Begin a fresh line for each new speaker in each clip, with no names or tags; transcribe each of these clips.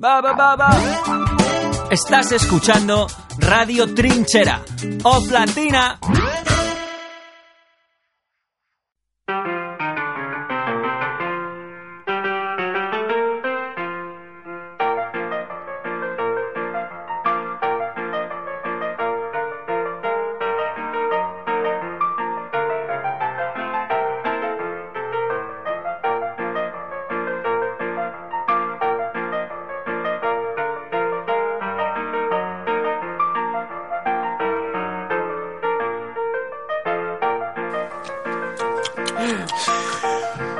Va, va, va, va. Estás escuchando Radio Trinchera, Off Latina.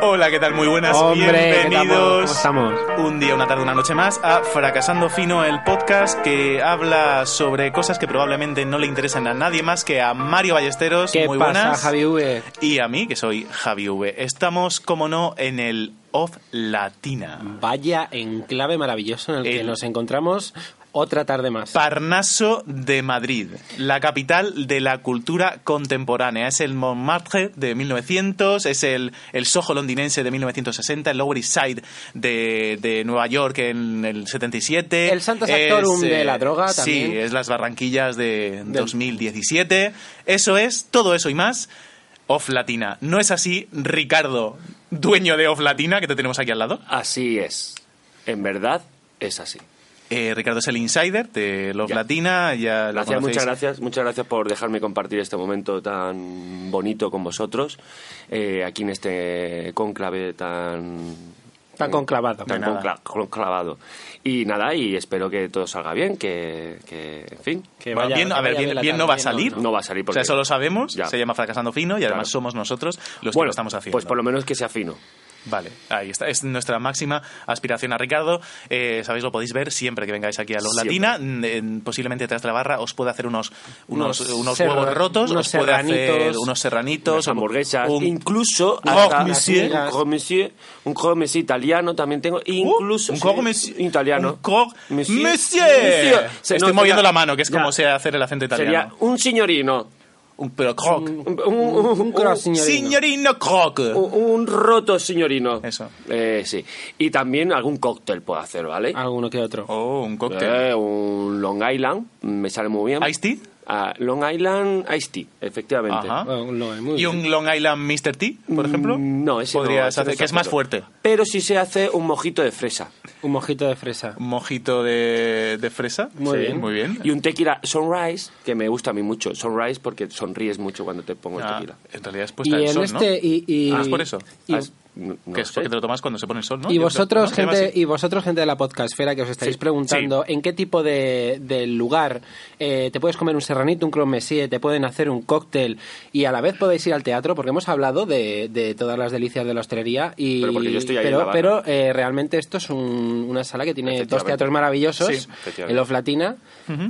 Hola, ¿qué tal? Muy buenas.
Hombre, ¿qué tal? ¿Cómo
Bienvenidos
estamos?
un día, una tarde, una noche más a Fracasando Fino, el podcast que habla sobre cosas que probablemente no le interesan a nadie más que a Mario Ballesteros.
¿Qué
Muy
pasa,
buenas.
Javi V?
Y a mí, que soy Javi V. Estamos, como no, en el Off Latina.
Vaya enclave maravilloso en el que
El-
nos encontramos otra tarde más.
Parnaso de Madrid, la capital de la cultura contemporánea. Es el Montmartre de 1900, es el, el Soho londinense de 1960, el Lower East Side de, de Nueva York en el 77.
El Sanctus Sanctorum
es, eh,
de la droga
Sí,
también.
es las Barranquillas de 2017. Eso es, todo eso y más, Off Latina. ¿No es así, Ricardo, dueño de Off Latina, que te tenemos aquí al lado?
Así es. En verdad, es así.
Eh, Ricardo es el insider de Love
Ya.
Latina, ya lo
Gracias,
conocéis.
muchas gracias. Muchas gracias por dejarme compartir este momento tan bonito con vosotros, eh, aquí en este cónclave tan...
Tan conclavado.
De
Tan
nada.
concla- conclavado. Y nada, y espero que todo salga bien, que, que, en fin,
Que
Bueno, bien, a ver,
vaya
bien-
la
bien
tarde,
no va a salir.
no va a salir
O
porque...
sea, eso lo sabemos,
Ya.
se llama Fracasando Fino y además
Claro.
somos nosotros los que
bueno,
lo estamos haciendo.
pues por lo menos que sea fino.
Vale, ahí está, es nuestra máxima aspiración a Ricardo. Eh, Sabéis, lo podéis ver siempre que vengáis aquí a Los
Siempre.
Latina. Mm, en- posiblemente tras la barra os puede hacer unos, unos,
Unos
unos
serra-
huevos rotos,
unos
os puede hacer
serranitos,
unos serranitos,
Unas
o-
hamburguesas,
un-
incluso
un
hasta-
croque monsieur.
un croque monsieur, un croque monsieur italiano también tengo, incluso
Uh, un
sí,
croque monsieur.
italiano,
Un croque monsieur.
Se-
Estoy
no,
moviendo
sería-
la mano, que es
ya,
como se hace el acento italiano.
Sería un signorino,
Un, pero croque.
un, un- un-
Un cross, señorino.
Signorino croque.
un- un roto signorino.
Eso.
Eh, sí. Y también algún cóctel puedo hacer, ¿vale?
Alguno que otro.
Oh, un cóctel.
Eh, un Long Island, me sale muy bien.
¿Iced tea?
Ah, Long Island Iced Tea, efectivamente.
Ajá.
Bueno, Oh, no, es muy
¿Y
bien.
un Long Island Mr. T, por ejemplo?
Mm, No, ese no,
Podrías
ese no
hacer,
se
que es
hace,
más
pero-
fuerte.
Pero si se hace un mojito de fresa.
Un mojito de fresa.
Un mojito de, de fresa.
Muy
Sí,
bien.
Muy bien. Ah,
Y un tequila sunrise, que me gusta a mí mucho. Sunrise porque sonríes mucho cuando te pongo
Ah,
el tequila.
en realidad es
Y
puesta el
en
sol,
este... y- y-
Ah, es por eso.
y-
Ah, es- no- no
que es
sé.
porque te lo tomas cuando se pone el sol, ¿no?
Y
Yo creo-
vosotros,
¿no? Se llama
gente,
así.
y vosotros, gente de la podcastfera, que os estáis
Sí,
preguntando en qué tipo de, de lugar eh, te puedes comer un serranito, un croque monsieur, te pueden hacer un cóctel y a la vez podéis ir al teatro, porque hemos hablado de, de todas las delicias de la hostelería. Y,
Pero porque yo estoy ahí en
pero-
La Habana.
pero, eh, realmente esto es un- una sala que tiene dos
Efectivamente.
teatros maravillosos,
Sí, efectivamente.
el Off Latina.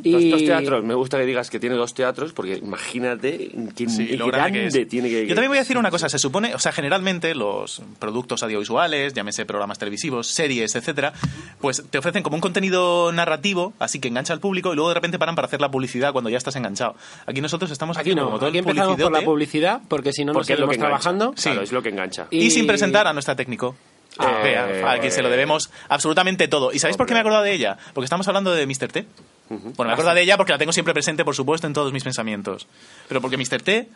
y,
Los dos teatros, me gusta que digas que tiene dos teatros porque imagínate en qué,
Sí,
en
lo
qué
grande
grande
que es.
tiene que
Yo también voy a decir una cosa, se supone, o sea, generalmente los productos audiovisuales, llámese programas televisivos, series, etcétera, pues te ofrecen como un contenido narrativo, así que engancha al público y luego de repente paran para hacer la publicidad cuando ya estás enganchado. Aquí nosotros estamos
Aquí
haciendo
no,
como todo
aquí
el
empezamos por la
publicidote.
publicidad, porque si no, no
porque es lo que
seguimos
engancha.
trabajando.
Claro,
Sí.
es lo que engancha.
Y,
Y-
sin presentar a nuestra técnico.
Ah,
Bea,
eh,
a quien se lo debemos absolutamente todo. ¿Y sabéis por qué me he
Hombre.
acordado de ella? Porque estamos hablando de Mr. T. Bueno, me acuerdo de ella porque la tengo siempre presente, por supuesto, en todos mis pensamientos. Pero porque Mr. T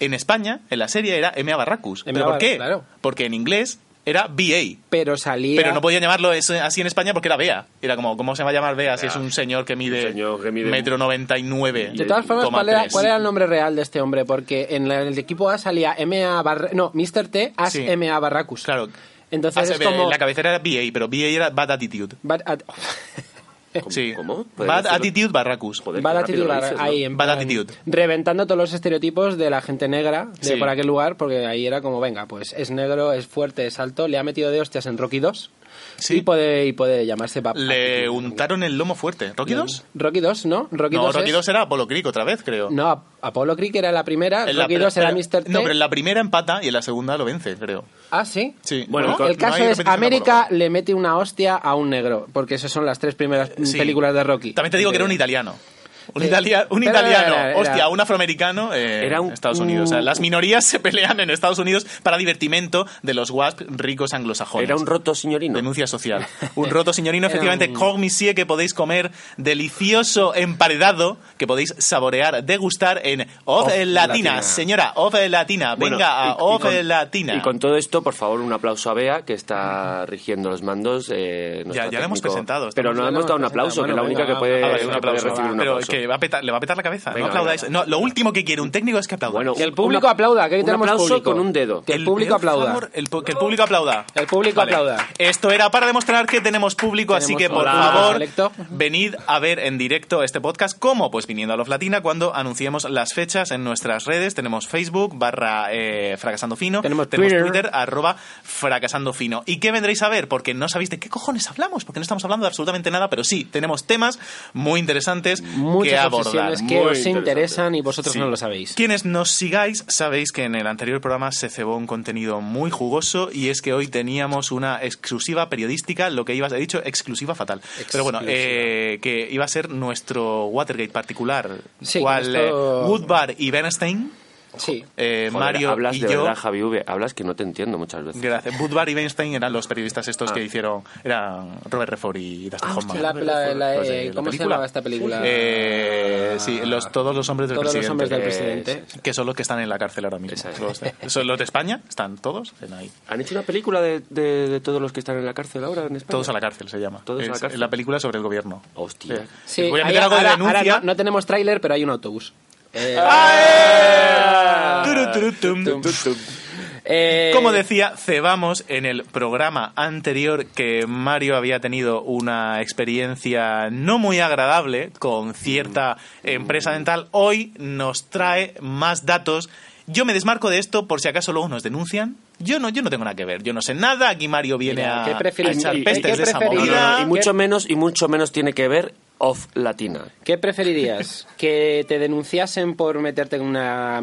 en España, en la serie, era M.A. Barracus.
M.A.
¿Pero por qué?
claro.
Porque en inglés era B.A.
Pero salía...
Pero no podían llamarlo eso- así en España porque era Bea. Era como, ¿cómo se va a llamar Bea si
Bea.
es un señor que mide,
Un señor que mide-
metro noventa y nueve?
De todas formas,
coma
¿cuál era,
tres?
cuál era el nombre real de este hombre? Porque en la- en el equipo A salía MA Barra... No, Mr. T as
Sí.
MA Barracus.
Claro.
Entonces
Ah,
es
se-
como...
La cabecera era B.A., pero B.A. era Bad Attitude.
Bad at-
¿Cómo?
Sí.
¿Cómo? ¿Puedes
Bad
decirlo?
Attitude Barracus.
Joder,
Bad
qué
attitude,
rápido lo dices, ¿no?
ahí en
Bad
plan,
attitude.
Reventando todos los estereotipos de la gente negra de
Sí.
por aquel lugar, porque ahí era como, venga, pues es negro, es fuerte, es alto, le ha metido de hostias en Rocky 2
Sí.
y, puede, y puede llamarse Bad
Le
Attitude.
untaron el lomo fuerte. ¿Rocky 2?
Rocky 2, ¿no? Rocky
No,
2
Rocky
es-
2 era Apolo Creek otra vez, creo.
No, Ap- Apollo Creek era la primera,
En la-
Rocky 2 era
pero-
Mr. T.
No, pero en la primera empata y en la segunda lo vence, creo.
Ah, sí.
Sí.
Bueno,
¿No?
El
No hay
caso es,
repetición de
América
Apolo.
le mete una hostia a un negro, porque esas son las tres primeras
Sí.
películas de Rocky. Eh,
También te digo que era un italiano. Un, italia- un
espera,
italiano,
era- era-
hostia, un afroamericano eh,
Era un-
en Estados Unidos. O sea, las minorías se pelean en Estados Unidos para divertimento de los WASP ricos anglosajones.
Era un roto señorino.
Denuncia social. Un roto señorino,
Era
efectivamente,
un-
cognicie que podéis comer, delicioso emparedado que podéis saborear, degustar en Oz
Oz
Latina.
Latina.
Señora, Oz Latina, venga
Bueno, y-
a
y
Oz
con-
Latina.
Y con todo esto, por favor, un aplauso a Bea, que está rigiendo los mandos. eh, nuestro
ya la hemos
técnico.
presentado, estamos-
Pero no
Ya
le
la
hemos dado un
hemos
aplauso, que es la
presentado.
única que
Bueno,
puede,
Ah,
venga,
vale,
que
un
puede
aplauso.
recibir un
Pero
aplauso.
que va a petar- le va a petar la cabeza. no
Venga,
aplaudáis.
venga.
No, lo último que quiere un técnico es que aplaudáis.
Bueno,
Que el
Un
público
apla-
aplauda, que aquí
un
tenemos
aplauso
público.
con un dedo.
Que el público
por
aplauda.
favor, el pu- que el público aplauda.
El público aplauda.
Esto era para demostrar que tenemos público, así
Tenemos
que por
público
favor,
selecto.
venid a ver en directo este podcast. ¿Cómo? Pues viniendo a Los Latina cuando anunciemos las fechas en nuestras redes. Tenemos Facebook, barra eh, Fracasando Fino.
Tenemos Twitter.
arroba Fracasando Fino. ¿Y qué vendréis a ver? Porque no sabéis de qué cojones hablamos, porque no estamos hablando de absolutamente nada, pero sí, tenemos temas muy interesantes que
Muchas
abordar.
obsesiones que
Muy
os
interesante.
interesan y vosotros
Sí.
no lo sabéis.
Quienes nos sigáis sabéis que en el anterior programa se cebó un contenido muy jugoso y es que hoy teníamos una exclusiva periodística, lo que ibas, he dicho exclusiva fatal, pero bueno,
Exclusiva.
eh, que iba a ser nuestro Watergate particular,
Sí,
cual eh,
esto-
Woodbar y Bernstein,
Sí.
eh,
Joder,
Mario
hablas
y
de
yo.
verdad, Javi V, hablas que no te entiendo muchas veces.
Gracias. Woodbar y Bernstein eran los periodistas estos
Ah.
que hicieron, eran Robert Redford y Dustin Hoffman.
Ah, La- la- la-
Los de
eh,
la
¿Cómo se
película.
llamaba esta película?
Eh, sí, los, todos los hombres del
Todos los
presidente.
hombres del
Eh,
presidente.
sí,
que son los que están en la cárcel ahora mismo.
Esa es.
Todos, eh, son los de España, están todos en ahí.
¿Han hecho una película de, de- de todos los que están en la cárcel ahora en España?
Todos a la cárcel se llama.
Todos a la
Es
cárcel.
la película sobre el gobierno.
Hostia.
Eh,
Sí,
Voy a
ahí
meter algo de
ahora- ahora
denuncia. Ah,
no, no tenemos tráiler, pero hay un autobús. Eh, Ah.
¡Ae! Turuturutum. Pues
eh,
Como decía, cebamos en el programa anterior que Mario había tenido una experiencia no muy agradable con cierta empresa dental. Hoy nos trae más datos. Yo me desmarco de esto por si acaso luego nos denuncian. Yo no, yo no tengo nada que ver, yo no sé nada. Aquí Mario viene
Mira,
a,
¿qué
a
prefieres?
echar
¿Y- y-
pestes
qué
de esa
preferirías?
movida.
y mucho menos y mucho menos tiene que ver off latina.
¿Qué preferirías? ¿Que te denunciasen por meterte en una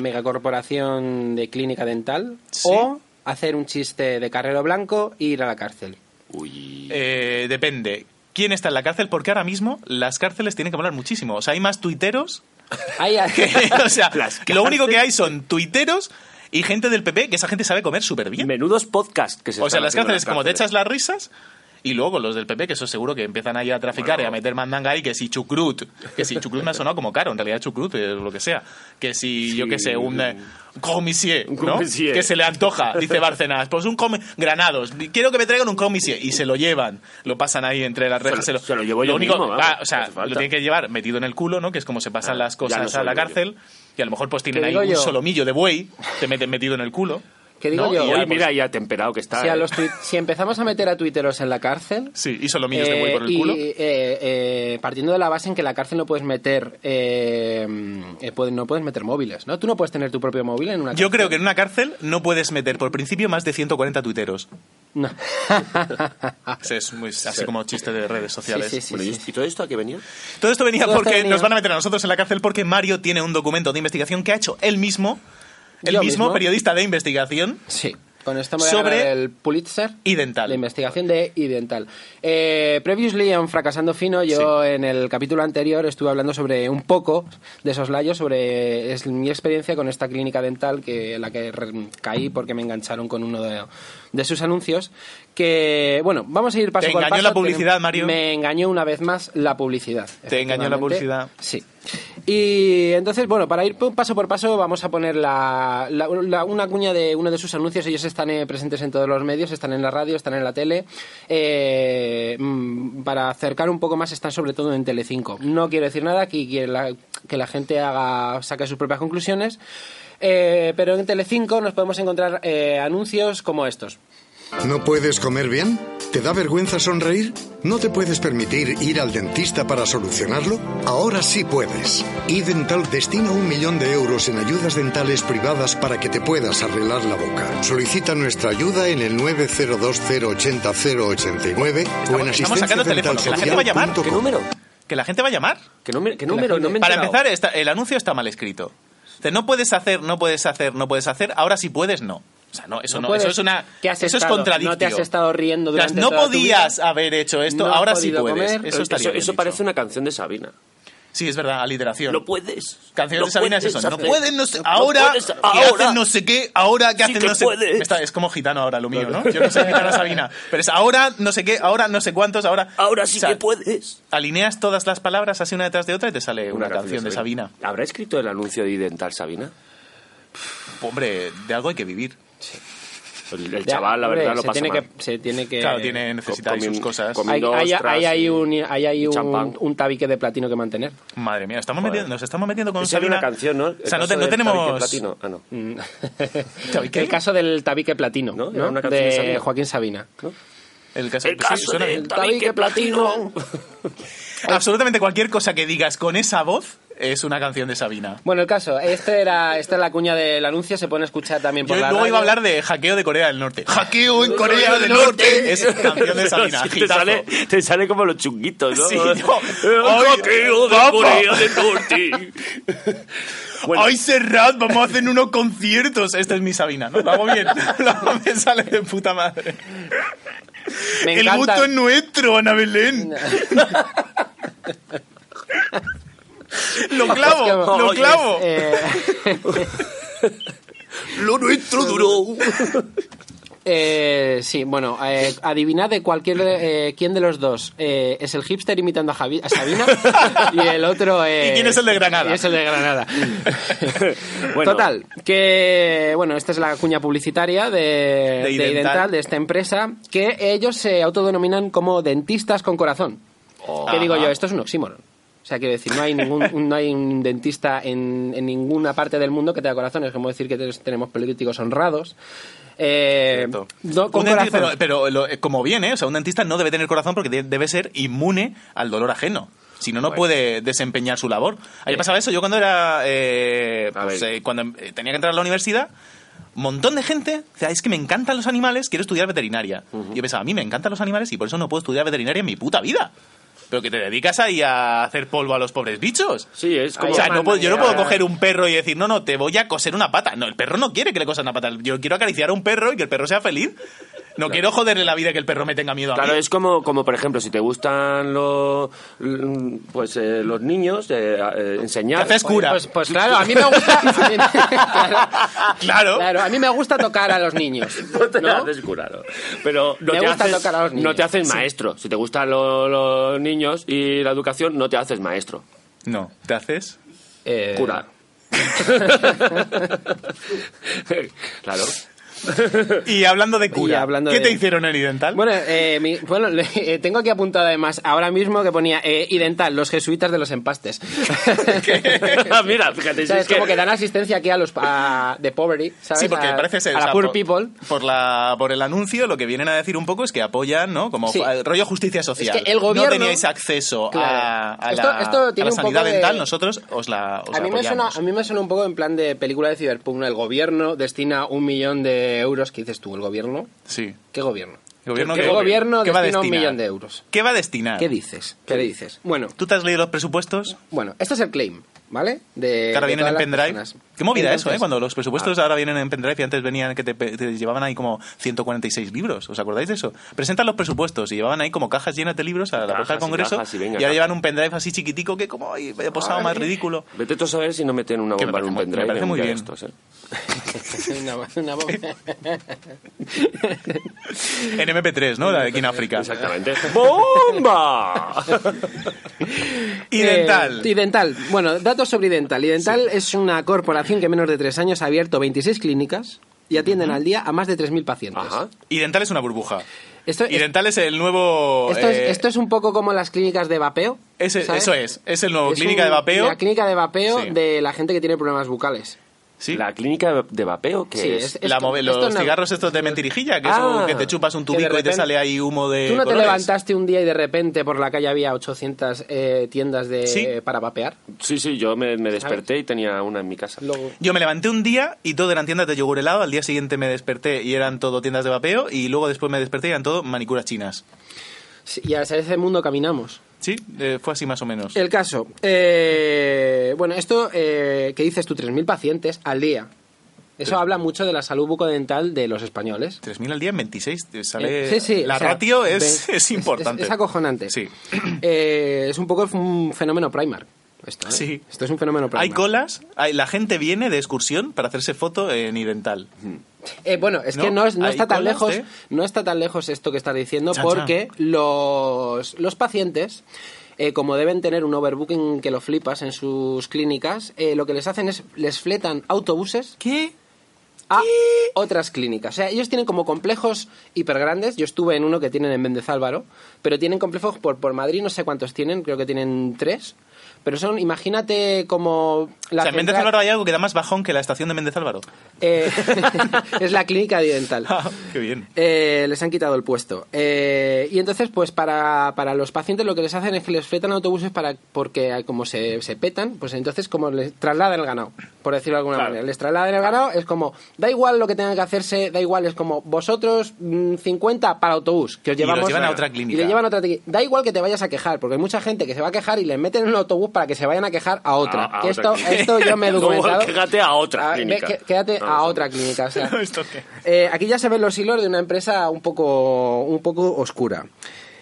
megacorporación de clínica dental?
Sí.
¿O hacer un chiste de carrero blanco e ir a la cárcel?
Uy.
Eh, depende. ¿Quién está en la cárcel? Porque ahora mismo las cárceles tienen que molar muchísimo. O sea, hay más tuiteros
Ahí-
que- o sea,
Las
lo único que hay son tuiteros y gente del PP, que esa gente sabe comer súper bien.
Menudos podcasts que se
O sea,
están
las
haciendo en
cárceles, como te echas las risas, y luego los del PP, que eso seguro que empiezan ahí a traficar y a meter mandanga ahí, que si chucrut, que si chucrut me ha sonado como caro, en realidad chucrut, eh, lo que sea, que si, yo que sé, un eh, comisier,
Un
¿no?
comisier.
Que se le antoja, dice Barcenas, pues un comi- granados, quiero que me traigan un comisier, y se lo llevan, lo pasan ahí entre las rejas.
Se lo- se lo llevo yo mismo, vamos,
ah, o
no
sea,
hace
lo
falta.
tienen que llevar metido en el culo, ¿no? Que es como se pasan
Ah,
las
ya lo
cosas
sé,
a la
digo yo.
cárcel. Y a lo mejor pues tienen
¿Qué
ahí
digo
un
yo?
solomillo de buey, te meten metido en el culo.
¿Qué digo
¿no? Y
yo?
Hoy,
ya,
Oye,
pues,
mira, ya temperado que está.
si, a
eh.
los tuit- si empezamos a meter a tuiteros en la cárcel...
Sí, y solomillos de buey por el
eh,
culo.
y, eh, eh, partiendo de la base en que en la cárcel no puedes meter eh, eh, puede- no puedes meter móviles, ¿no? Tú no puedes tener tu propio móvil en una
Yo
cárcel.
creo que en una cárcel no puedes meter por principio más de 140 tuiteros.
No.
Ese Es muy, así como chiste de redes sociales.
Sí, sí, sí.
Bueno, ¿y- ¿Y todo esto a qué venía?
Todo esto venía
Todo esto
porque
venía.
nos van a meter a nosotros en la cárcel porque Mario tiene un documento de investigación que ha hecho él mismo, el
Yo
mismo,
mismo.
periodista de investigación.
Sí. Con esto me voy a
Sobre
ganar el Pulitzer
y dental.
La investigación de y dental. Eh, previously en Fracasando Fino, yo en el capítulo anterior estuve hablando sobre un poco de soslayos, sobre es, mi experiencia con esta clínica dental que en la que re- caí porque me engancharon con uno de, de sus anuncios. Que, bueno, vamos a ir paso
Te
por
engañó
paso.
la publicidad,
Tenemos-
Mario.
Me engañó una vez más la publicidad.
Te engañó la publicidad.
efectivamente. Sí. Y entonces, bueno, para ir paso por paso, vamos a poner la, la- la- una cuña de uno de sus anuncios. Ellos están eh, presentes en todos los medios, están en la radio, están en la tele. Eh, mm, para acercar un poco más, están sobre todo en Telecinco. No quiero decir nada, que, que, la, que la gente haga saque sus propias conclusiones. Eh, pero en Telecinco nos podemos encontrar eh, anuncios como estos.
¿No puedes comer bien? ¿Te da vergüenza sonreír? ¿No te puedes permitir ir al dentista para solucionarlo? Ahora sí puedes. iDental destina un millón de euros en ayudas dentales privadas para que te puedas arreglar la boca. Solicita nuestra ayuda en el 902-080-089 o en
Estamos- estamos sacando el teléfono, que la gente va a llamar.
¿Qué número?
Que la gente va a llamar.
¿Qué, número? ¿Qué número? No me he
Para
enterado.
empezar, está- el anuncio está mal escrito. Dice, no puedes hacer, no puedes hacer, no puedes hacer, ahora sí puedes, no. O sea, no, eso
No
no,
puedes.
eso es una
¿Qué has
eso es
estado?
contradictorio.
¿No te has estado riendo
O sea,
durante
no
toda tu
podías
vida?
haber hecho esto,
No has
ahora sí
podido
puedes.
comer.
Eso,
Eso,
estaría bien
eso
dicho.
parece una canción de Sabina.
Sí, es verdad, aliteración.
Lo puedes.
Canciones
lo
de Sabina es
puedes
eso. No
hacer.
pueden, no sé.
Lo
ahora,
puedes,
que
ahora.
hacen no sé qué, ahora que
Sí
hacen
que
no sé
puedes.
Está- es como gitano ahora lo mío, ¿no? Yo no soy gitana Sabina. Pero es ahora no sé qué, ahora no sé cuántos, ahora.
Ahora sí
O sea,
que puedes.
Alineas todas las palabras así una detrás de otra y te sale una, canción de Sabina.
¿Habrá escrito el anuncio de Idental Sabina?
Hombre, de algo hay que vivir.
El, el chaval, la verdad, lo
se
pasa
tiene
mal.
Que, se tiene que...
claro, tiene necesidad y
comi-
sus cosas.
comi-
Hay,
Comiendo
hay,
ostras
hay, hay
y-
un, hay, hay
y
un,
champán.
un tabique de platino que mantener.
Madre mía, estamos
Joder.
metiendo- nos estamos metiendo con
Esa era
Sabina.
una canción, ¿no? El
O sea, no,
caso
te- no
del Tabique
tenemos.
Platino. Ah, no.
¿Tabique?
El caso del tabique platino,
¿No?
¿no?
Era una canción de
De,
Sabina.
Joaquín Sabina.
El caso,
El
sí,
caso
suena
del
bien.
tabique platino.
Absolutamente cualquier cosa que digas con esa voz es una canción de Sabina.
Bueno, el caso, este era, esta es la cuña del anuncio, se pone a escuchar también
Yo
por la
luego
radio.
iba a hablar de hackeo de Corea del Norte. ¡Hackeo en Corea del Norte! Es canción de Sabina.
Sí, te,
hitazo.
sale, te sale como los chunguitos, ¿no?
Sí, no.
El
Ay,
coqueo de
papá.
Corea del Norte. Bueno.
¡Ay, Serrat! Vamos a hacer unos conciertos. Esta es mi Sabina, ¿no? Lo hago bien. Lo hago bien, sale de puta madre.
Me
El
encanta.
gusto es nuestro, Ana Belén. lo clavo, lo
Oye,
clavo.
eh,
Lo nuestro duró.
eh, sí, bueno, eh, adivinad de cualquier, eh, quién de los dos eh, es el hipster imitando a, Javi- a Sabina y el otro es...
¿Y quién es el de Granada?
y es el de Granada.
Bueno.
Total, que, bueno, esta es la cuña publicitaria de, de
Idental.
Idental, de esta empresa, que ellos se autodenominan como dentistas con corazón. Que digo yo, esto es un oxímoron. O sea, quiero decir, no hay ningún no hay un dentista en, en ninguna parte del mundo que tenga corazón. Es como decir que te- tenemos políticos honrados. Eh,
Cierto.
no,
Un
con
dentista-
corazón.
pero pero lo- eh, como bien, ¿eh? O sea, un dentista no debe tener corazón porque de- debe ser inmune al dolor ajeno. Si no, no
Pues.
puede desempeñar su labor. A mí me pasaba eso. Yo cuando era... eh,
A
pues,
ver.
eh, cuando eh, tenía que entrar a la universidad, un montón de gente... O sea, es que me encantan los animales, quiero estudiar veterinaria. Yo pensaba, a mí me encantan los animales y por eso no puedo estudiar veterinaria en mi puta vida. Pero que te dedicas ahí a hacer polvo a los pobres bichos.
Sí, es como...
O sea,
Ay,
no puedo- yo no
manda
puedo
ya.
coger un perro y decir, no, no, te voy a coser una pata. No, el perro no quiere que le cosan una pata. Yo quiero acariciar a un perro y que el perro sea feliz. No quiero joderle la vida y que el perro me tenga miedo a
Claro,
mí.
es como, como por ejemplo, si te gustan los, pues, eh, los niños, eh, eh,
Te
enseñar...
haces cura.
Pues, pues claro, a mí me gusta. a mí- claro,
claro.
claro, a mí me gusta tocar a los niños.
No te
¿no?
haces curado. Pero no
Me
te,
gusta
haces,
tocar a los niños.
no te haces maestro. Si te gustan lo- los niños y la educación, no te haces maestro.
No, te haces.
Eh,
Curar. claro.
Y hablando de cura,
Y hablando
¿qué
de-
te hicieron en Idental?
Bueno, eh, mi- bueno le- eh, tengo aquí apuntado además ahora mismo que ponía eh, Idental, los jesuitas de los empastes.
Ah, Mira, fíjate,
O
si
sea,
es
es como
que-
que dan asistencia aquí a los a, de poverty, ¿sabes?
Sí, porque
a,
parece ser. o
a
sea,
la poor
por,
people.
Por, la, por el anuncio, lo que vienen a decir un poco es que apoyan, ¿no? Como
Sí.
eh, rollo justicia social.
Es que el gobierno-
No teníais acceso a,
Claro.
a
Esto-
la,
esto tiene
a la
un poco
sanidad
de-
dental, nosotros os la. Os
A mí, me suena,
apoyamos.
a mí me suena un poco en plan de película de Cyberpunk. ¿no? El gobierno destina un millón de euros. ¿Qué dices tú? ¿El gobierno?
Sí.
¿Qué gobierno?
¿Gobierno
¿Qué,
qué?
gobierno
¿Qué va a
destina un
destinar?
millón de euros?
¿Qué va a destinar?
¿Qué dices? ¿Qué dices? Bueno,
¿Tú te has leído los presupuestos?
bueno, este es el claim, ¿vale? De,
Que ahora
de
vienen
todas
en
las
pendrive.
personas.
Qué movida
Entonces, ah.
eso, ¿eh? Cuando los presupuestos ahora vienen en pendrive y antes venían que te, pe- te llevaban ahí como 146 libros. ¿Os acordáis de eso? Presentan los presupuestos y llevaban ahí como cajas llenas de libros a la
Cajas
puerta del
y
Congreso.
cajas y venga,
ahora
cajas.
llevan un pendrive así chiquitico que como ay, me he posado más ridículo.
Vete tú a saber si no meten una
Que me
bomba en
parece
un
muy- me
pendrive.
parece
en un
muy
día de
bien.
estos, ¿eh?
una, una bomba.
En MP3, ¿no? La de aquí en África.
Exactamente. ¡Bomba!
Y dental.
Eh, y dental. Bueno, datos sobre Dental. Dental es una corporación que en menos de tres años ha abierto 26 clínicas y atienden al día a más de 3.000 pacientes.
Ajá.
Y dental es una burbuja.
Esto,
Y dental es el nuevo.
esto es,
eh,
esto es un poco como las clínicas de vapeo.
ese-
¿sabes?
eso es. Es el nuevo
Es
clínica
un-
de vapeo.
La clínica de vapeo
Sí.
de la gente que tiene problemas bucales.
Sí.
La clínica de vapeo, que
Sí,
es...
es-
La
como-
move-
esto
los
no-
cigarros estos de mentirijilla, que,
Ah,
eso, que te chupas un
que de
tubico y te
repente-
sale ahí humo de.
¿Tú no te
colores.
levantaste un día y de repente por la calle había 800 eh, tiendas de,
Sí.
para vapear?
Sí, sí, yo me, me desperté y tenía una en mi casa.
Luego-
Yo me levanté un día y todo eran tiendas de yogur helado, al día siguiente me desperté y eran todo tiendas de vapeo y luego después me desperté y eran todo manicuras chinas.
sí, y hacia ese mundo caminamos.
Sí, eh, fue así más o menos.
El caso. eh, bueno, esto eh, que dices tú, 3.000 pacientes al día. Eso habla mucho de la salud bucodental de los españoles.
3.000 al día en 26, te sale...
Eh, sí, sí,
la
o sea,
ratio es,
ve-
es importante.
Es, es acojonante.
Sí.
Eh, es un poco un fenómeno Primark. Esto, ¿eh?
Sí.
Esto es un fenómeno
Hay
plasma.
colas, hay- la gente viene de excursión para hacerse foto en Idental.
Eh, bueno, es que
¿No?
no, es- no
Hay
está tan
colas
lejos,
de-
no está tan lejos esto que estás diciendo,
Chan, chan.
porque los, los pacientes, eh, como deben tener un overbooking que lo flipas en sus clínicas, eh, lo que les hacen es les fletan autobuses
¿Qué?
a otras clínicas. O sea, ellos tienen como complejos hipergrandes. Yo estuve en uno que tienen en Mendezálvaro, pero tienen complejos por, por Madrid, no sé cuántos tienen, creo que tienen tres. Pero son, imagínate como...
O
La
sea, en Méndez
central-
Álvaro hay algo que da más bajón que la estación de Méndez Álvaro.
eh, es la clínica dental.
Ah, qué bien.
Eh, les han quitado el puesto. Eh, y entonces, pues para, para los pacientes lo que les hacen es que les fletan autobuses para porque ah, como se, se petan, pues entonces como les trasladan el ganado, por decirlo de alguna
Claro.
manera. Les trasladan el ganado, es como, da igual lo que tengan que hacerse, da igual, es como vosotros mm, 50 para autobús, que os
Y los
llevamos...
llevan a otra
Y
clínica.
le llevan a otra clínica. Da igual que te vayas a quejar, porque hay mucha gente que se va a quejar y les meten en un autobús para que se vayan a quejar a otra.
A- a
Que
otra
esto,
clínica.
esto yo me he
Como,
documentado.
"Quédate a otra
Ah, ve,
clínica".
que- quédate
No,
a
no.
otra clínica. o sea.
¿Esto qué?
Eh, aquí ya se ven los hilos de una empresa un poco, un poco oscura.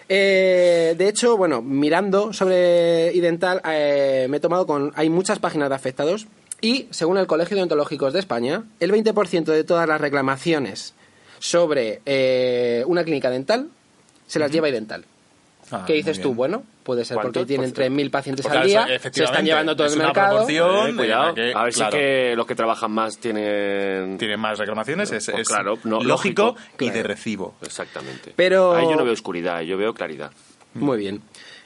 Eh, de hecho, bueno, mirando sobre Idental, eh, me he tomado con. Hay muchas páginas de afectados y, según el Colegio de Odontológicos de España, el 20% de todas las reclamaciones sobre eh, una clínica dental se las lleva Idental.
Ah,
¿Qué dices
muy
tú?
bien.
Bueno, puede ser
¿Cuánto?
porque tienen
Por cierto.
3.000 pacientes
Porque,
al
claro,
día,
eso-
se están
efectivamente,
llevando todo
es
el
una
mercado.
proporción.
Eh,
en la
cuidado.
que-
a ver
claro.
si que los que trabajan más tienen...
Tienen más reclamaciones, es,
Pues
es
claro, no,
lógico,
lógico,
y de
claro.
recibo.
Exactamente.
Pero-
Ahí yo no veo oscuridad, yo veo claridad.
Mm. Muy bien.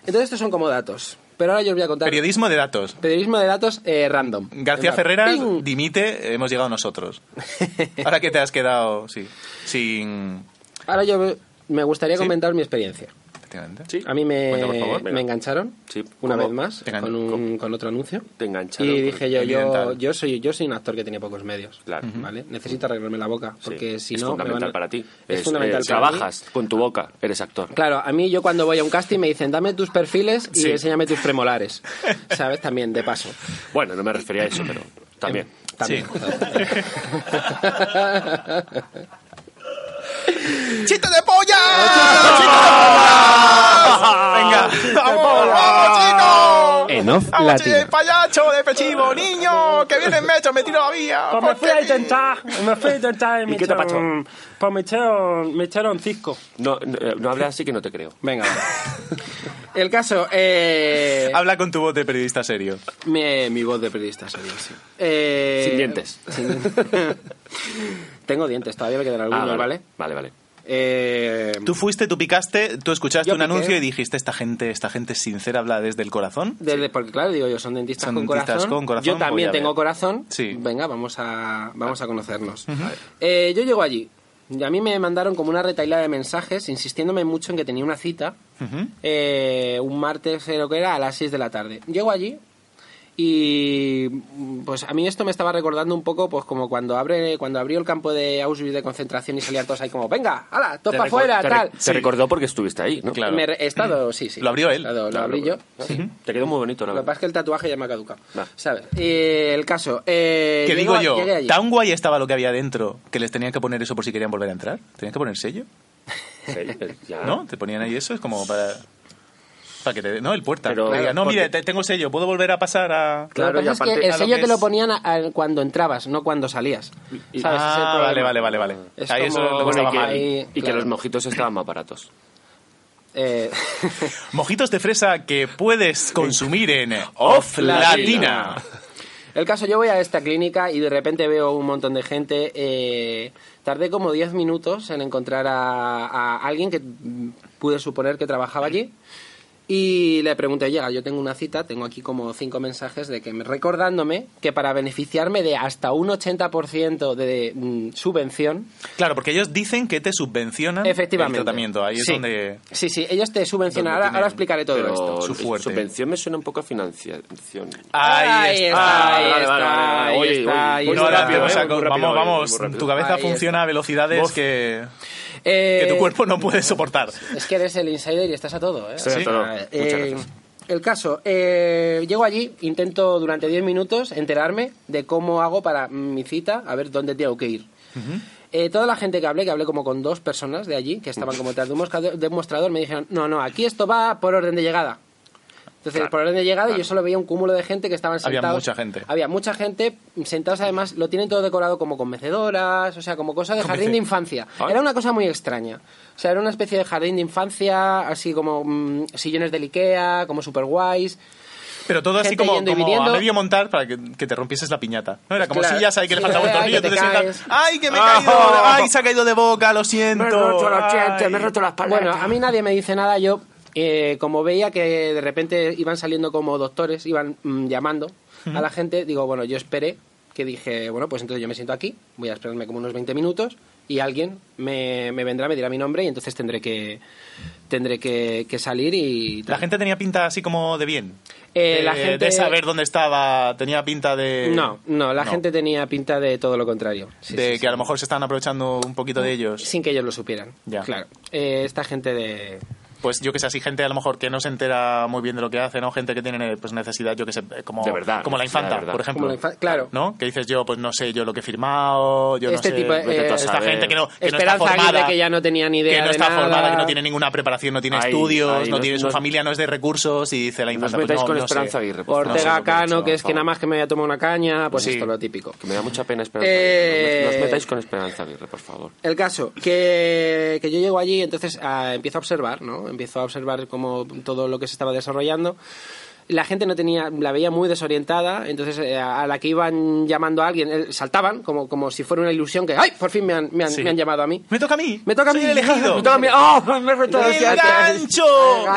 Entonces, estos son como datos. Pero ahora yo os voy a contar.
Periodismo de datos.
Periodismo de datos eh, random.
García
En plan,
Ferreras
¡ping!
dimite, hemos llegado nosotros. Ahora que te has quedado, sí, sin...
Ahora yo me gustaría
¿Sí?
comentar mi experiencia.
efectivamente.
Sí.
A mí me,
Cuenta, por favor.
me
Venga.
engancharon
Sí.
una
¿Cómo?
vez más
Te engan-
con, un- con otro anuncio.
Te engancharon.
Y dije yo,
el
yo,
dental.
yo soy yo soy un actor que tiene pocos medios.
Claro.
¿vale? Necesito arreglarme la boca, porque si
es
no... me van a-
fundamental para ti.
Es, fundamental
eh,
para
Trabajas con tu boca, eres actor.
mí. Claro, a mí yo cuando voy a un casting me dicen, dame tus perfiles y
Sí.
enséñame tus premolares. ¿Sabes? También, de paso.
Bueno, no me refería a eso, pero también.
También.
¡Chiste de polla!
Ah,
¡Chiste de polla! ¡Venga! ¡Vamos, vamos, chicos!
En off
¡Vamos,
latino.
chiste, payacho de pechivo, niño! ¡Que viene mecho, me tiro la vía!
Pues me fui a
Porque-
intentar, me fui a intentar y me
qué te pasó?
echaron, pues me echaron, me echaron cisco.
No, no, eh, no hables así que no te creo.
Venga. va. El caso... Eh,
Habla con tu voz de periodista serio.
Mi, mi voz de periodista sería así. Eh,
Sin dientes.
sin- Tengo dientes, todavía me quedan algunos,
Ah,
¿vale?
Vale, vale.
Eh,
Tú fuiste, tú picaste, tú escuchaste
Yo
un
piqué.
anuncio y dijiste, esta gente, esta gente sincera habla desde el corazón.
desde- porque claro, digo yo, son dentistas,
Son
con,
dentistas
corazón.
con corazón,
Yo
pues
también
ya
tengo
veo.
corazón.
Sí.
Venga, vamos a, vamos a conocernos. Eh, yo llego allí. Y a mí me mandaron como una retaila de mensajes insistiéndome mucho en que tenía una cita
Ujú.
eh, un martes, creo que era, a las 6 de la tarde. Llego allí y mm, pues a mí esto me estaba recordando un poco pues como cuando abre cuando abrió el campo de Auschwitz de concentración y salían todos ahí como, venga, hala, todos
Te
para
reco-
afuera,
te re-
tal.
Te recordó porque estuviste ahí, ¿no?
Claro.
Me re- he estado, sí, sí.
Lo abrió
he
él.
estado, lo
Claro,
abrí yo.
claro. Te quedó muy bonito, la
Lo que pasa
verdad.
es que el tatuaje ya me ha caducado.
Va.
¿Sabes? Eh, el caso. Eh,
Que
llego
digo
a-
yo,
llegué allí.
tan guay estaba lo que había dentro que les tenían que poner eso por si querían volver a entrar. Tenían que poner sello,
Sí, eh, ya.
¿no? Te ponían ahí eso, es como para. Para que te. No, el puerta.
Pero-
Que diga, no,
porque-
mire, te- tengo sello, puedo volver a pasar a.
Lo que
Claro, y
pasa es que
aparte-
el
a lo
sello
que
te lo
es-
ponían a- a- cuando entrabas, no cuando salías. ¿Sabes? Ese es el
Ah, vale,
problema.
vale, vale, vale.
Es
Ahí eso
como-
es lo que
Bueno,
estaba
y que,
mal.
ahí-
y que
claro.
los mojitos estaban más baratos.
Eh,
Mojitos de fresa que puedes consumir en Off Latina.
El caso, yo voy a esta clínica y de repente veo un montón de gente. eh, tardé como 10 minutos en encontrar a, a alguien que mm, pude suponer que trabajaba allí. Y le pregunté, llega, yo tengo una cita, tengo aquí como cinco mensajes de que me- recordándome que para beneficiarme de hasta un 80% de mm, subvención,
Claro, porque ellos dicen que te subvencionan
efectivamente.
Ah. el tratamiento. Ahí es
Sí.
donde.
Sí, sí, ellos te subvencionan.
donde
Ahora, ahora
tienen-
explicaré todo
Pero
esto.
su fuerte.
subvención me suena un poco a financiación.
Ahí está.
Ahí
vale,
está,
vale, vale.
ahí
Oye,
está,
oye,
ahí
muy
No,
está.
ahora
rápido,
vamos, a-
eh, muy rápido,
vamos, vamos,
muy rápido.
tu cabeza
Ahí
funciona a velocidades
Voz.
que,
Eh,
que tu cuerpo no puede soportar.
Es que eres el insider y estás a todo, ¿eh?
Estoy a
O sea,
todo.
eh,
Muchas gracias.
El caso, eh, llego allí, intento durante 10 minutos enterarme de cómo hago para mi cita, a ver dónde tengo que ir. Eh, toda la gente que hablé, que hablé como con dos personas de allí, que estaban como tras de un mosca- de un mostrador, me dijeron, no, no, aquí esto va por orden de llegada. Entonces,
Claro,
por orden de llegada,
claro.
yo solo veía un cúmulo de gente que estaban
Había
sentados.
mucha gente.
Había mucha gente sentados, además, lo tienen todo decorado como con mecedoras, o sea, como cosa de
Con
jardín
mece-
de infancia.
Ah.
Era una cosa muy extraña. O sea, era una especie de jardín de infancia, así como mm, sillones del Ikea, como super guays.
Pero todo así
Gente
como,
yendo y
como a
viniendo.
medio montar para que, que te rompieses la piñata. No era como
Claro.
sillas ahí que le
Sí,
faltaba un
ay,
tornillo,
que
tú te
te
sientas.
caes.
¡Ay, que me he caído! ¡Ay, se ha caído de boca! ¡Lo siento! Ay.
las
Bueno, a mí nadie me dice nada. Yo, eh, como veía que de repente iban saliendo como doctores, iban mm, llamando a la gente, digo, bueno, yo esperé, que dije, bueno, pues entonces yo me siento aquí, voy a esperarme como unos 20 minutos y alguien me, me vendrá, me dirá mi nombre y entonces tendré que tendré que, que salir y...
La gente tenía pinta así como de bien.
Eh,
de,
la gente-
de saber dónde estaba, tenía pinta de.
No, no, la gente tenía pinta de todo lo contrario. Sí,
de
sí,
que
sí.
a lo mejor se estaban aprovechando un poquito de ellos.
Sin que ellos lo supieran.
Ya.
Claro. Eh, esta gente de...
Pues yo que sé, así gente a lo mejor que no se entera muy bien de lo que hace, ¿no? Gente que tiene eh, pues necesidad, yo que sé, eh, como,
De verdad,
como la
necesidad
infanta,
de verdad.
por ejemplo.
Como la infa- claro.
¿No? Que dices yo, pues no sé yo lo que he firmado, yo
Este
no sé.
tipo de-
vete tú a
eh,
esta gente que no, que no está
Esperanza
formada.
Aguirre, que ya no tenía ni idea
que no
de
está
nada.
formada, que no tiene ninguna preparación, no tiene
Ahí,
estudios,
ahí,
no,
no-
tiene su
no-
familia no es de recursos y dice la
No os
infanta. pues,
metáis
no,
con
no
Esperanza
sé.
Aguirre. por favor.
Ortega
No sé lo que he
Cano,
hecho,
que es
por
que nada
favor.
más que me había tomado una caña, pues
Sí.
esto lo típico.
Que me da mucha pena Esperanza
Eh,
Aguirre. No os metáis con Esperanza Aguirre, por favor.
El caso, que, que yo llego allí y entonces ah, empiezo a observar, ¿no? Empiezo a observar como todo lo que se estaba desarrollando. La gente no tenía, la veía muy desorientada, entonces eh, a la que iban llamando a alguien, eh, saltaban, como, como si fuera una ilusión que, ¡ay! Por fin me han, me han-
Sí.
me han llamado a mí.
Me toca a mí.
Me toca a
Soy
mí.
el elegido.
Me toca a mí. ¡Oh! Me he roto
¡El gancho!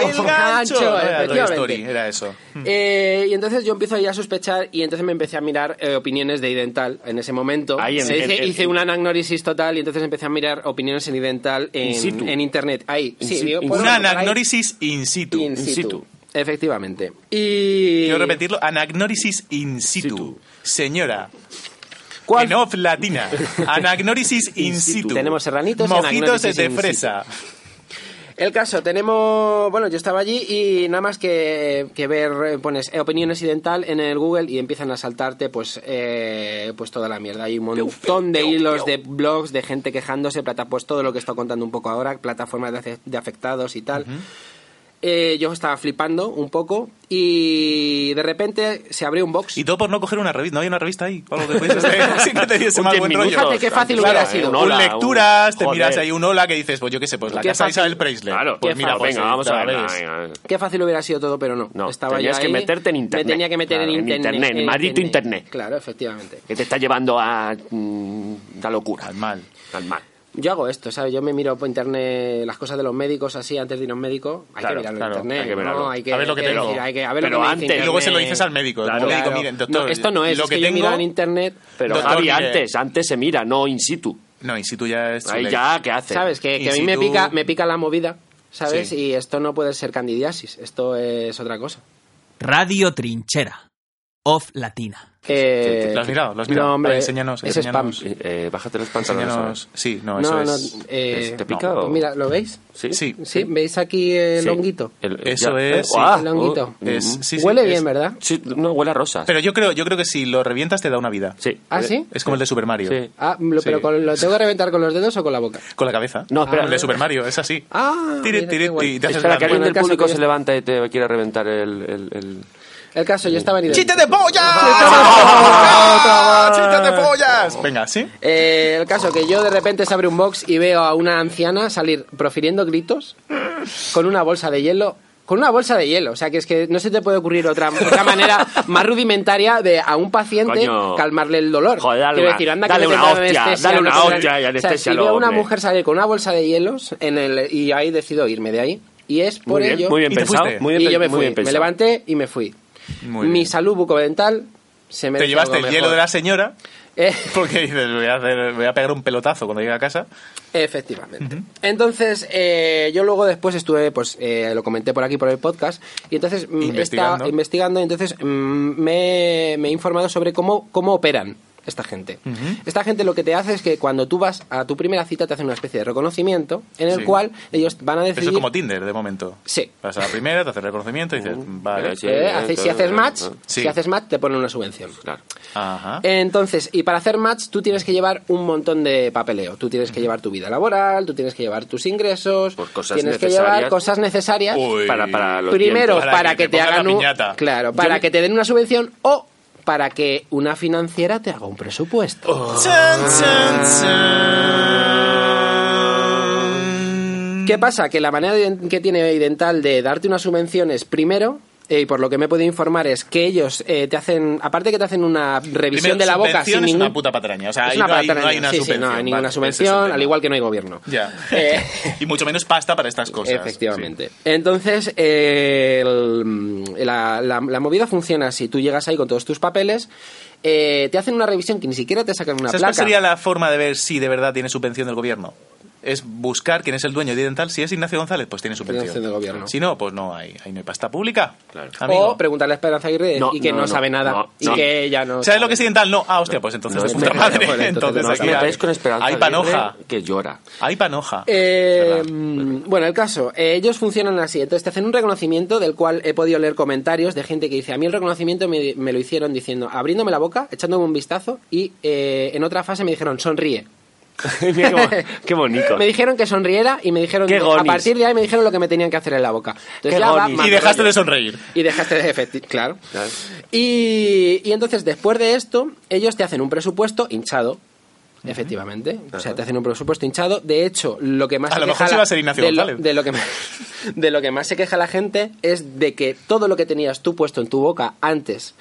¡El gancho! Era Toy
efectivamente.
Story, era eso.
Hmm.
Eh, y entonces yo empiezo ya a sospechar y entonces me empecé a mirar eh, opiniones de Idental en ese momento.
Ahí en-
Eh,
en-
hice,
en-
hice
en-
un anagnorisis total y entonces empecé a mirar opiniones en Idental en,
In situ.
en internet. Ahí,
In
sí,
situ.
digo,
In
bueno,
Una
por ahí,
anagnorisis in situ.
in situ.
situ.
Efectivamente. Y...
Quiero repetirlo, anagnorisis in situ.
Situ.
Señora,
¿Cuál?
en off latina. Anagnorisis in situ.
Tenemos serranitos y
Mojitos
anagnorisis
de
in situ.
fresa.
El caso, tenemos. Bueno, yo estaba allí y nada más que, que ver, eh, pones eh, opiniones idental en el Google y empiezan a saltarte, pues, eh, pues toda la mierda. Hay un montón de hilos de blogs, de gente quejándose, plata, pues todo lo que está contando un poco ahora, plataformas de, ace- de afectados y tal. Eh, yo estaba flipando un poco y de repente se abrió un box.
Y todo por no coger una revista. No hay una revista ahí. O algo que pudiese ser. Sí, que te diese
Un
mal
10
buen
minutos.
rollo.
Fíjate qué fácil
Claro,
hubiera sido.
Un,
un hola,
lecturas,
un-
te
joder.
miras ahí un hola que dices, pues yo qué sé, pues la
Qué
casa de
fácil.
Isabel Presley.
Claro,
pues
Qué
mira,
fácil.
pues
venga, vamos a ver.
esta vez.
venga, venga.
Qué fácil hubiera sido todo, pero no.
No,
estaba
tenías
yo
que
ahí.
meterte en internet.
Me tenía que meter
Claro,
en
en
internet.
internet,
en
maldito internet.
Claro, efectivamente.
Que te está llevando a mm, la locura.
Al mal.
Al mal.
Yo hago esto, ¿sabes? Yo me miro por internet las cosas de los médicos así antes de ir a un médico. Hay
Claro,
que mirarlo
claro,
en internet.
hay que mirarlo.
¿no? Hay que,
A ver lo
hay
que tengo.
decir, hay que- a ver
Pero
lo que me dice
antes,
Y luego se lo
internet.
dices al médico.
Claro.
Como le digo,
Claro.
miren, doctor,
No, esto no es,
lo
es
que,
que, yo
tengo...
miro en internet.
Pero
Doctor,
Javi,
mire.
antes, antes se mira, no in situ.
No, in situ ya es... too
Ahí
late.
ya, ¿qué hace?
¿Sabes? Que, que a mí
Y si
me
tú-
pica, me pica la movida, ¿sabes?
Sí.
Y esto no puede ser candidiasis, esto es otra cosa.
Radio Trinchera. Off Latina.
Eh,
¿Lo has mirado? ¿Lo has mirado?
No, hombre,
Vale, enséñanos,
es
enséñanos.
spam.
Eh, eh, bájate los pantalones.
Enséñanos... Sí, no, eso
No, no,
es...
eh,
¿Te pica o...?
Mira, ¿lo veis?
¿Sí?
Sí.
Sí, ¿veis aquí el
Sí.
honguito?
El-
Eso
ya.
es,
Eh,
sí.
¡ah!
El honguito.
Oh,
Es-
mm.
sí, sí,
Huele
es-
bien, ¿verdad?
Sí, no, huele a rosas.
Pero yo creo, yo creo que si lo revientas te da una vida.
Sí.
¿Ah,
Eh,
sí?
Es como el de Super Mario.
Sí.
Ah, lo-
Sí.
pero con- ¿lo tengo que reventar con los dedos o con la boca?
Con la cabeza.
No, espera.
El de Super Mario, es así.
Ah,
Tire,
mira,
tire,
qué guay.
y te haces
Espera, que
grande.
alguien
Bueno, el
del
caso
público
que yo-
se levanta y te quiere reventar el... el, el-
El caso, yo estaba en Idental.
¡Chiste de
¡Ah!
pollas! ¡Chiste de pollas! Venga, ¿sí?
Eh, el caso que yo de repente se abre un box y veo a una anciana salir profiriendo gritos con una bolsa de hielo. Con una bolsa de hielo. O sea, que es que no se te puede ocurrir otra, otra manera más rudimentaria de a un paciente
Coño.
calmarle el dolor.
Joder, dale
Quiero
una-
decir, anda
dale
que no
una
te
hostia,
anestesia, no
dale una
te-
hostia y
O sea, si
anestésialo,
veo a una
hombre.
mujer salir con una bolsa de hielos en el, y ahí decido irme de ahí. Y es por
Muy bien,
ello...
muy bien
Y te
pensado.
fuiste.
Muy bien,
y
pe-
yo me
muy
fui.
bien
me
pensado.
levanté y me fui.
Muy
Mi
bien.
salud bucodental se me
Te llevaste el hielo de la señora
Eh,
porque dices, voy a, hacer- voy a pegar un pelotazo cuando llegue a casa.
Efectivamente. Entonces, eh, yo luego después estuve, pues eh, lo comenté por aquí, por el podcast, y entonces mm,
Investigando.
estaba investigando, y entonces mm, me, me he informado sobre cómo, cómo operan. esta gente. Esta gente lo que te hace es que cuando tú vas a tu primera cita te hacen una especie de reconocimiento en el
Sí.
cual ellos van a decidir...
Eso es como Tinder de momento.
Sí.
Vas a la primera, te haces el reconocimiento y dices, vale.
Pero sí.
Eh, hace- si
claro,
haces
claro,
match,
claro.
Sí.
si haces match te ponen una subvención.
Claro.
Ajá.
Eh, Entonces, y para hacer match tú tienes que llevar un montón de papeleo. Tú tienes que llevar tu vida laboral, tú tienes que llevar tus ingresos,
Por cosas
tienes que
necesarias.
llevar cosas necesarias.
Uy.
Para, para los
Primero
dientes.
para, que, te,
pongan
hagan
la
un,
piñata.
claro, para que te den una subvención o para que una financiera te haga un presupuesto.
Oh. Chan, chan,
Ah.
chan.
¿Qué pasa? Que la manera de- que tiene Dental de darte unas subvenciones primero, eh, y por lo que me he podido informar, es que ellos eh, te hacen, aparte que te hacen una
Primero,
revisión de la boca
subvención
sin
es
ningún...
una puta patraña. O sea,
Es
ahí
una
no, hay, no hay
patraña,
una
sí, sí,
subvención.
no hay ninguna
vale, ese es el
subvención,
tema.
al igual que no hay gobierno.
Ya.
Eh,
y mucho menos pasta para estas cosas.
Efectivamente. Entonces, eh, el- la, la- la movida funciona así. Tú llegas ahí con todos tus papeles, eh, te hacen una revisión que ni siquiera te sacan una
¿Sabes
placa.
cuál sería la forma de ver si de verdad tiene subvención del gobierno? Es buscar quién es el dueño de Dental. Si es Ignacio González, pues tiene subvención.
Subvención del gobierno.
Si no, pues no hay, ahí no hay pasta pública.
Claro.
Amigo.
O preguntarle a Esperanza Aguirre
No,
y que
no,
no,
no,
sabe nada.
no,
y
no.
que ella no.
¿Sabes
sabe.
lo que es dental? No. Ah, hostia, pues entonces de
No, es
puta
me-
madre.
bueno,
entonces
entonces
No,
Pues
os
aquí
me
metáis con Esperanza
Hay panoja.
Aguirre, que llora.
Hay panoja.
Eh,
Verdad.
mm, bueno, el caso, eh, ellos funcionan así. Entonces te hacen un reconocimiento del cual he podido leer comentarios de gente que dice, a mí el reconocimiento me, me lo hicieron diciendo, abriéndome la boca, echándome un vistazo y eh, en otra fase me dijeron, sonríe.
Mira qué, bo- qué bonito.
Me dijeron que sonriera y me dijeron
Qué
a
gonis.
partir de ahí me dijeron lo que me tenían que hacer en la boca. Entonces
Qué
ya va
gonis.
mal
y dejaste
rollo.
de sonreír.
y dejaste de efecti- claro.
Claro.
Y, y entonces después de esto, ellos te hacen un presupuesto hinchado. Efectivamente, o sea, te hacen un presupuesto hinchado. De hecho, lo que más
A
se
lo mejor
queja
sí
la-
va a ser Ignacio
de lo,
González.
de lo que más- de lo que más se queja la gente es de que todo lo que tenías tú puesto en tu boca antes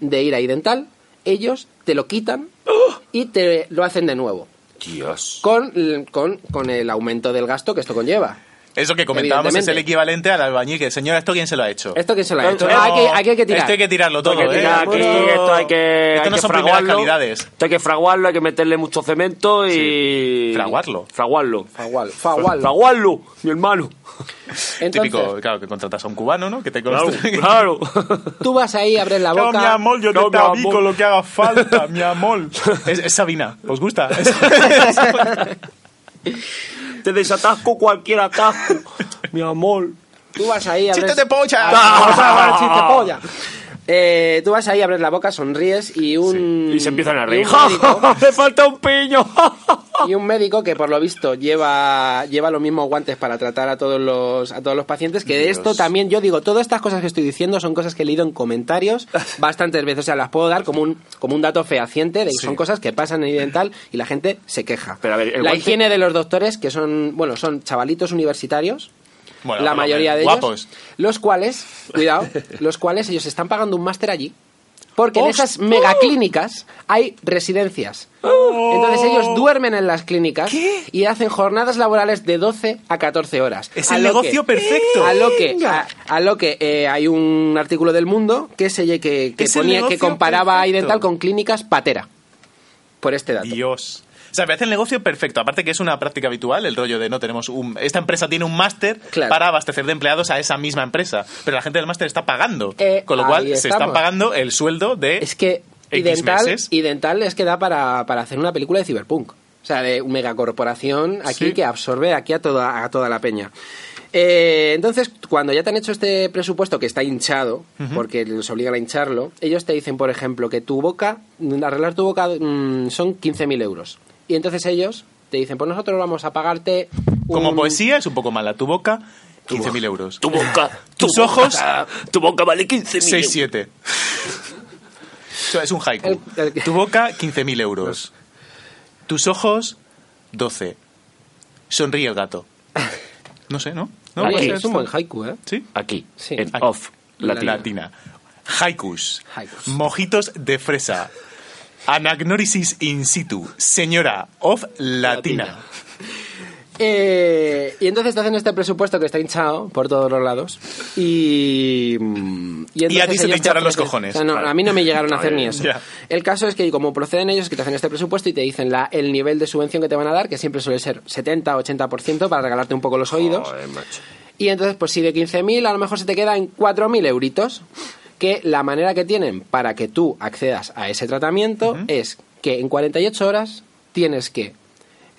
de ir a Idental, ellos te lo quitan
¡Oh!
y te lo hacen de nuevo
Dios.
con, con, con el aumento del gasto que esto conlleva.
Eso que comentábamos es
Evidentemente.
el equivalente al albañil que, señora, ¿esto quién se lo ha hecho?
¿Esto quién se lo ha
Esto-
hecho?
No,
Ah, aquí, aquí hay que tirar.
Esto hay que tirarlo todo.
Esto hay que
¿eh?
tirar aquí,
Esto-
esto hay que.
Esto
hay
no
que
son primeras
fraguarlo,
calidades.
Esto hay que fraguarlo, hay que meterle mucho cemento y.
Sí. Fraguarlo.
Fraguarlo.
Fagual, fagual.
Fraguarlo, mi hermano.
Entonces,
Típico, claro, que contratas a un cubano, ¿no? Que te
Claro,
conoce.
claro.
tú vas ahí, abres la
Claro,
boca.
mi amor, yo
Claro,
te
mi
abico
amor.
lo que haga falta, mi amor. Es, es Sabina, ¿os gusta? Es-
Te desatasco cualquier atasco, mi amor.
Tú vas ahí, abres...
¡Chiste de pocha!
Ah, vamos a ver, chiste polla. Eh, tú vas ahí, abres la boca, sonríes y un...
Y se empiezan a
y
reír.
un médico-
¡Me falta un piño!
Y un médico que por lo visto lleva, lleva los mismos guantes para tratar a todos los, a todos los pacientes, que de esto también yo digo, todas estas cosas que estoy diciendo son cosas que he leído en comentarios bastantes veces, o sea, las puedo dar como un, como un dato fehaciente de que son cosas que pasan en Idental y la gente se queja.
Pero a ver, el
la
guante-
higiene de los doctores, que son, bueno, son chavalitos universitarios,
Bueno,
la
por lo
mayoría
menos,
de
guapos.
ellos, los cuales, cuidado, los cuales ellos están pagando un máster allí. Porque
¡Oh!
en esas megaclínicas hay residencias.
¡Oh!
Entonces ellos duermen en las clínicas y hacen jornadas laborales de 12 a 14 horas.
Es
A
el
lo
negocio
que-
perfecto.
A lo que, a, a lo que eh, hay un artículo del Mundo que, se, lle- que, que
Es el
ponía que
negocio
comparaba a
perfecto.
Idental con clínicas patera. Por este dato.
Dios. O sea, me parece el negocio perfecto. Aparte que es una práctica habitual el rollo de no tenemos un... Esta empresa tiene un máster
Claro.
para abastecer de empleados a esa misma empresa. Pero la gente del máster está pagando.
Eh,
con lo
ahí
cual se
estamos.
están pagando el sueldo de...
Es que
X
Idental,
meses.
Idental es que da para, para hacer una película de Cyberpunk. O sea, de una megacorporación aquí
Sí.
que absorbe aquí a toda, a toda la peña. Eh, entonces, cuando ya te han hecho este presupuesto que está hinchado, porque los obligan a hincharlo, ellos te dicen, por ejemplo, que tu boca, mm, arreglar tu boca mm, son 15.000 euros. Y entonces ellos te dicen, pues nosotros vamos a pagarte...
Como
un-
poesía es un poco mala. Tu boca, 15.000 euros.
Tu boca. tu
Tus ojos.
boca, tu boca vale 15
6, 7. es un haiku.
El- el-
Tu boca, 15.000 euros. Tus ojos, 12. Sonríe el gato. No sé, ¿no? no
Oye,
puede
Aquí.
ser
Ah, es
esto.
un buen haiku, ¿eh?
Sí. Eh,
Aquí,
Sí.
en
Aquí.
off, latina.
Latina. Haikus.
Haikus.
Mojitos de fresa. Anagnorisis in situ. Señora of Latina.
Eh, y entonces te hacen este presupuesto que está hinchado por todos los lados. Y. mm,
Y a ti
entonces
se te
ellos
hincharon los
ofrecen-
cojones.
O sea, no, a mí no me llegaron a hacer ni eso.
Ya.
El caso es que, como proceden ellos, que te hacen este presupuesto y te dicen la, el nivel de subvención que te van a dar, que siempre suele ser 70-80% para regalarte un poco los oídos.
Joder, macho.
Y entonces, pues si de 15.000 a lo mejor se te queda en 4.000 euritos, que la manera que tienen para que tú accedas a ese tratamiento es que en 48 horas tienes que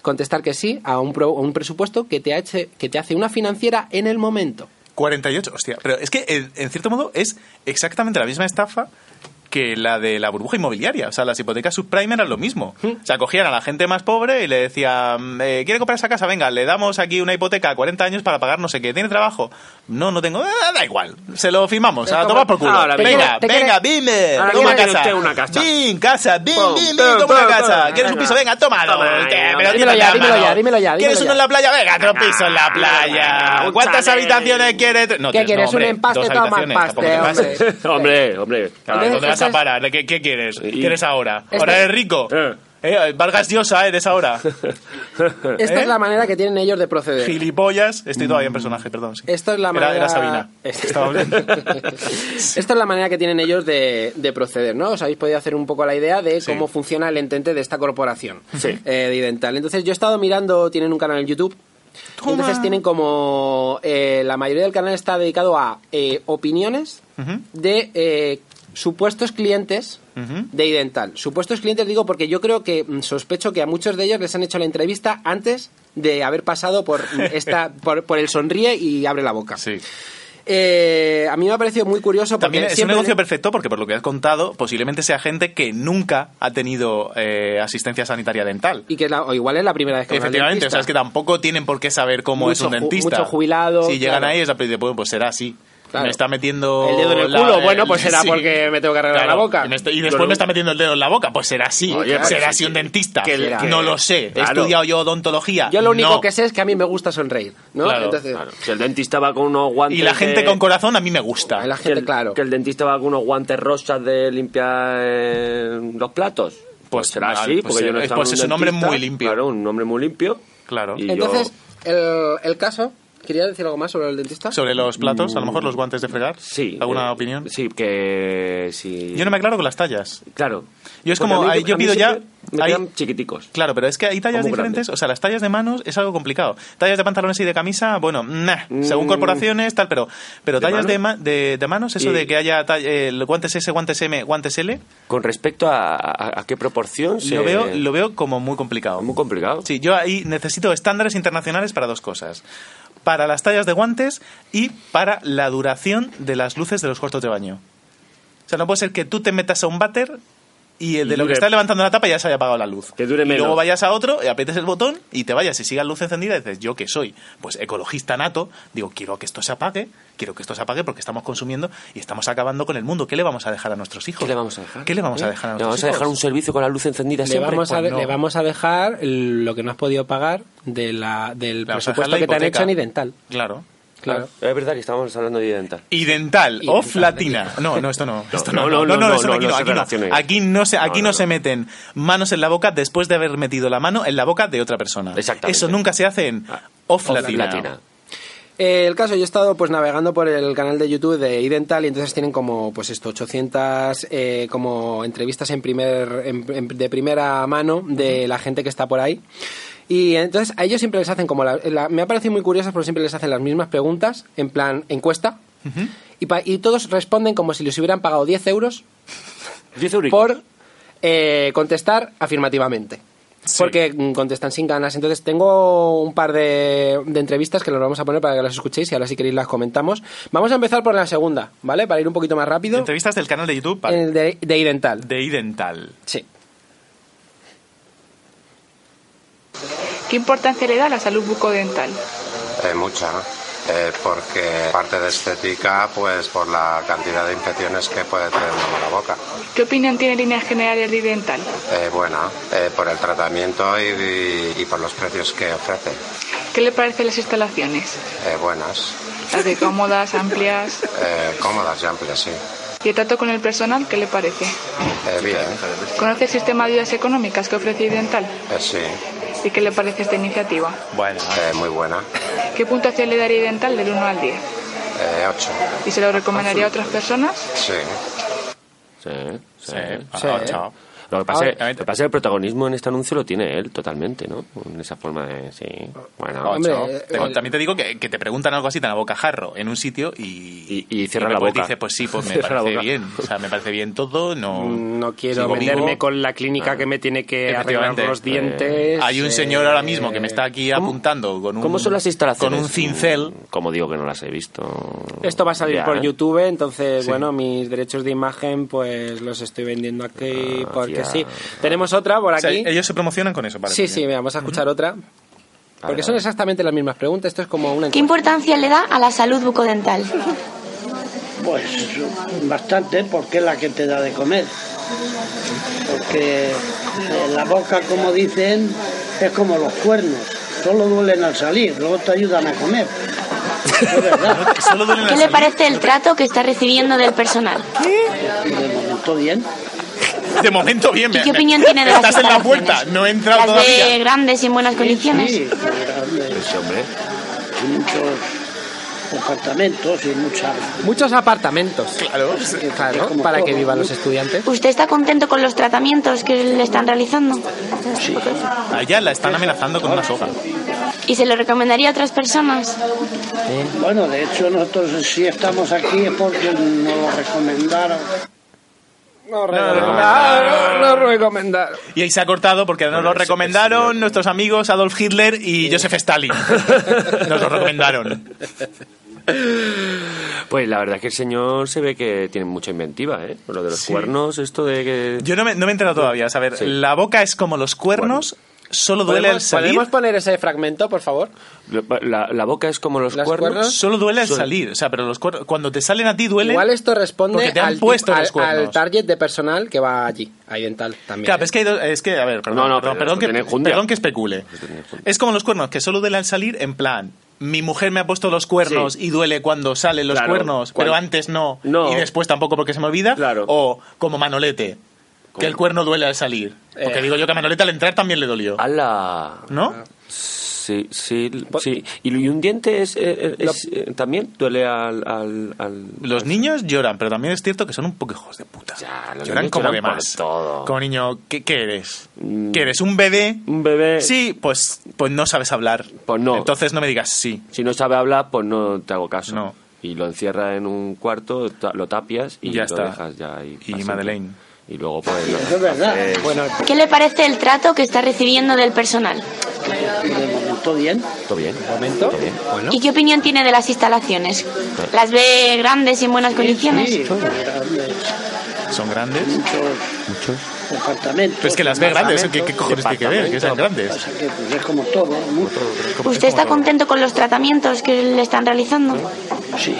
contestar que sí a un, pro- a un presupuesto que te, ha hecho- que te hace una financiera en el momento.
48, hostia. Pero es que, en, en cierto modo, es exactamente la misma estafa que la de la burbuja inmobiliaria. O sea, las hipotecas subprime eran lo mismo.
Hmm.
O sea, cogían a la gente más pobre y le decían, eh, ¿quiere comprar esa casa? Venga, le damos aquí una hipoteca a 40 años para pagar no sé qué. ¿Tiene trabajo? No, no tengo. Ah, da igual. Se lo firmamos.
Es
A
como-
tomar por culo.
Ahora,
te
venga,
quiere- te
venga,
quiere-
bime.
Ahora
Toma
quiere
casa.
usted una casa.
Bim, casa. Bim,
Pum,
bim, bim.
pum,
Toma una
pum,
casa.
pum,
¿Quieres un
venga.
piso? Venga, toma dos.
Toma,
Te-
venga,
pero
dímelo ya,
tírate a
dímelo
mano.
ya, dímelo ya,
¿Quieres uno
dímelo
en
ya.
la playa? Venga, otro piso en la playa.
Un
¿Cuántas
chalet.
habitaciones quieres? No,
¿Qué
tres,
quieres?
no, hombre,
¿Un empaste?
dos
Toma
habitaciones,
empaste,
tampoco te pases.
hombre, hombre.
A ver, ¿Dónde vas a
Entonces-
parar? ¿Qué, qué quieres? ¿Qué
Y-
quieres ahora?
Este-
¿Ahora eres rico?
Eh.
Eh, Vargas Llosa eres ahora.
Esta
¿Eh?
es la manera que tienen ellos de proceder.
Gilipollas. Estoy todavía en personaje, perdón. sí.
Esta es la
Era-
manera...
Era Sabina. Estaba hablando.
Esta es la manera que tienen ellos de, de proceder, ¿no? Os habéis podido hacer un poco la idea de
Sí.
cómo funciona el entente de esta corporación
Sí.
eh, de Idental. Entonces yo he estado mirando, tienen un canal en YouTube. y Entonces tienen como... eh, la mayoría del canal está dedicado a eh, opiniones
Ujú.
de eh, supuestos clientes
Ujú.
de Idental. Supuestos clientes digo porque yo creo que mm, sospecho que a muchos de ellos les han hecho la entrevista antes de haber pasado por esta por, por el sonríe y abre la boca.
Sí.
Eh, a mí me ha parecido muy curioso porque
También es un
siempre
negocio perfecto porque, por lo que has contado, posiblemente sea gente que nunca ha tenido eh, asistencia sanitaria dental.
y que es la- o igual es la primera vez que van al
Efectivamente, o sea,
dentista.
es que tampoco tienen por qué saber cómo
Mucho
es un
ju-
dentista.
mucho jubilado,
Si llegan
claro.
ahí, es la pues, bueno, pues será así.
Claro.
Me está metiendo.
el dedo en el
la-
culo, bueno, pues será
sí.
porque me tengo que arreglar
Claro,
la boca.
Y, me está- y después
Pero-
me está metiendo el dedo en la boca. Pues será así.
Oye, claro,
será
sí,
así
sí.
un dentista.
Que-
que-
no lo sé. He
Claro.
estudiado yo odontología.
Yo lo único
No.
que sé es que a mí me gusta sonreír, ¿no?
Claro,
Entonces,
Claro, si el dentista va con unos guantes.
Y la gente
de-
con corazón a mí me gusta.
a la
que
gente,
el,
claro.
que el dentista va con unos guantes rosas de limpiar eh, los platos. Pues,
Pues
será
vale,
así,
pues
porque
sí,
yo no he
es-
estado
pues
en
es un hombre
dentista.
muy limpio.
Claro, un hombre muy limpio.
Claro.
Y yo-
Entonces, el, el caso, ¿quería decir algo más sobre el dentista?
Sobre los platos, a lo
Mm.
mejor los guantes de fregar.
sí.
¿Alguna
eh,
opinión?
Sí, que sí.
Yo no me aclaro con las tallas.
Claro.
Yo es
Porque
como,
a mí-
ahí yo
a mí
pido ya-
siempre Me
ahí-
quedan chiquiticos.
Claro, pero es que hay tallas
Como
diferentes. O sea, las tallas de manos es algo complicado. Tallas de pantalones y de camisa, bueno, nah, según corporaciones, tal, pero, pero
¿De
tallas
mano?
de, ma- de, de manos, eso
Y-
de que haya tall- el guantes S, guantes M, guantes L,
Con respecto a, a- a qué proporción se...
lo, veo, lo veo como muy complicado.
Muy complicado.
Sí, yo ahí necesito estándares internacionales para dos cosas. Para las tallas de guantes y para la duración de las luces de los cuartos de baño. O sea, no puede ser que tú te metas a un váter y el de
Y
lo que
dure-
estás levantando la tapa ya se haya apagado la luz.
Que dure
Y luego
menos.
vayas a otro y aprietes el botón y te vayas y siga la luz encendida y dices, yo que soy pues ecologista nato, digo, quiero que esto se apague, quiero que esto se apague porque estamos consumiendo y estamos acabando con el mundo. ¿Qué le vamos a dejar a nuestros hijos?
¿Qué le vamos a dejar?
¿Qué le vamos a
¿Eh?
dejar a
¿Le
nuestros
vamos a dejar un
hijos?
servicio con la luz encendida
Le
siempre?
vamos, a,
pues
de-
no.
le vamos a dejar lo que no has podido pagar de la, del
Le vamos a dejar
presupuesto
la
que te han
hipoteca.
hecho en Idental.
Claro.
Claro.
Pues, Es verdad que estábamos hablando de dental.
y dental
Y
off
dental.
latina. No, no, esto no. Esto no, no, no,
no, no,
no,
no,
eso
no,
aquí
no
no,
se
aquí no.
relacione.
Aquí no se, aquí
No,
no
no,
se
no.
metién manos en la boca después de haber metido la mano en la boca de otra persona.
Exactamente. Ah,
Eso nunca se hace en off, latina.
Latina.
Eh, el caso, yo he estado pues navegando por el canal de YouTube de Idental y entonces tienen como pues esto 800 eh, como entrevistas en primer en- en- de primera mano de la gente que está por ahí. Y entonces a ellos siempre les hacen como la, la- me ha parecido muy curioso porque siempre les hacen las mismas preguntas en plan encuesta y, pa- y todos responden como si les hubieran pagado 10 euros
Diez euricos.
por eh, contestar afirmativamente.
Sí.
Porque mm, contestan sin ganas. Entonces tengo un par de, de entrevistas que las vamos a poner para que las escuchéis y ahora si queréis las comentamos. Vamos a empezar por la segunda, ¿vale? Para ir un poquito más rápido.
Entrevistas del canal de YouTube vale.
El de, de Idental.
de idental.
Sí.
¿Qué importancia le da a la salud bucodental?
Eh, mucha, eh, porque parte de estética, pues por la cantidad de infecciones que puede tener uno en la boca.
¿Qué opinión tiene en líneas generales de dental?
Eh, buena, eh, por el tratamiento y, y- y por los precios que ofrece.
¿Qué le parecen las instalaciones?
Eh, buenas,
Las de cómodas, amplias.
eh, cómodas y amplias, sí.
¿Y el trato con el personal qué le parece?
Eh, bien,
¿Conoce el sistema de ayudas económicas que ofrece dental?
eh, sí,
¿Y qué le parece esta iniciativa?
Bueno.
eh, muy buena.
¿Qué puntuación le daría dental del 1 al 10?
Eh, ocho,
¿Y se lo recomendaría a otras personas?
sí.
Sí, sí.
Sí,
Sí.
ocho.
Lo que pasa
Ahora-
es lo que pasa es que el protagonismo en este anuncio lo tiene él totalmente, ¿no? En esa forma de... Sí, bueno...
Hombre,
Ocho.
eh,
Te-
el-
también te digo que, que te preguntan algo así tan a bocajarro en un sitio y,
Y- y cierra
me-
la
pues
boca.
dices, pues sí, pues me
Cierra la
parece
boca.
bien. O sea, me parece bien todo. No,
No quiero
sigo vivo.
meterme con la clínica que me tiene que arreglar
Efectivamente.
los dientes.
Hay un señor
eh,
ahora mismo que me está aquí
Pues, ¿Cómo-
apuntando con un,
¿Cómo son las instalaciones?
con un cincel.
Como digo que no las he visto.
Esto va a salir
Ya,
por
¿eh?
YouTube, entonces, bueno, mis derechos de imagen, pues los estoy vendiendo aquí
Ah,
porque
ya.
sí. Tenemos otra por
O sea,
aquí.
ellos se promocionan con eso, vale.
sí,
muy
sí,
bien.
mira, vamos a escuchar otra. Porque
Vale,
son
vale.
exactamente las mismas preguntas, esto es como una
¿Qué
encuesta.
importancia le da a la salud bucodental?
Pues bastante, porque es la que te da de comer. Porque eh, la boca, como dicen, es como los cuernos. Solo duelen al salir, luego te ayudan a comer. Es verdad.
Solo duelen
¿Qué
las
le
salidas.
parece el trato que está recibiendo del personal?
Y de momento bien.
De momento bien.
¿Y
me-
qué
me-
opinión tiene de las
Estás en la
instalaciones?
puerta, no he entrado
¿Las de
todavía.
grandes y en buenas condiciones?
Sí, grande.
Sí, hombre.
Hay muchos departamentos y muchas...
Muchos apartamentos.
Claro.
Eh, Claro, para que vivan los estudiantes.
¿Usted está contento con los tratamientos que le están realizando?
Allá la están amenazando con una soga.
¿Y se lo recomendaría a otras personas?
Bueno, de hecho, nosotros si estamos aquí es porque nos lo recomendaron.
No recomendaron. No recomendaron.
Y ahí se ha cortado porque nos lo recomendaron nuestros amigos Adolf Hitler y Joseph Stalin. Nos lo recomendaron.
Pues la verdad es que el señor se ve que tiene mucha inventiva, ¿eh? Lo de los cuernos, esto de que...
Yo no me, no me he enterado todavía. A ver,
Sí.
la boca es como los cuernos, solo duele al
¿Podemos,
salir.
podemos poner ese fragmento, por favor?
La, la boca es como los
¿Las
cuernos.
cuernos?
Solo duele al
Suel-
salir. O sea, pero los cuernos, cuando te salen a ti duele.
Igual esto responde
Porque te han
al, tip-
puesto
al-
los cuernos.
al target de personal que va allí, a dental también.
Claro, es que, hay dos- es que, a ver, perdón,
No, no,
perdón,
pero
perdón
no tiene
que,
enjundia.
perdón que especule. Es como los cuernos, que solo duele al salir en plan, mi mujer me ha puesto los cuernos
Sí.
y duele cuando salen los
Claro,
cuernos,
cuan-
pero antes no,
No.
y después tampoco porque se me olvida,
Claro.
o como Manolete, que el cuerno duele al salir. Porque
Eh.
digo yo que a Manolete al entrar también le dolió,
Ah. ¡Hala!
¿no?
pues Sí, sí,
Pues
sí. ¿Y y un diente es, eh, eh, es, eh, también duele al... al, al-
Los niños lloran, pero también es cierto que son un poco hijos de puta.
Ya, los
lloran
niños
como de
lloran por
más.
todo. Mm.
Como niño, ¿qué, qué eres? ¿Qué eres? ¿Un bebé?
Un bebé...
Sí, pues, pues no sabes hablar.
Pues no.
Entonces no me digas sí.
Si no sabe hablar, pues no te hago caso.
No.
Y lo encierra en un cuarto, ta- lo tapias y
Ya
lo
está.
dejas ya ahí.
Y
para
Madeleine.
siempre. Y luego pues... lo-
Es verdad.
haces-
Bueno,
¿Qué le parece el trato que está recibiendo del personal?
Y de momento bien.
Todo bien.
momento.
Todo bien.
Bueno.
¿Y qué opinión tiene de las instalaciones? ¿Las ve grandes y en buenas
Sí,
condiciones?
grandes,
Son grandes.
muchos
Muchos.
departamentos.
Pero es que las ve grandes, ¿qué, qué cojones tiene que ver? Que sean grandes.
Pasa que, pues, es como todo, mucho.
¿Usted está contento con los tratamientos que le están realizando?
Sí,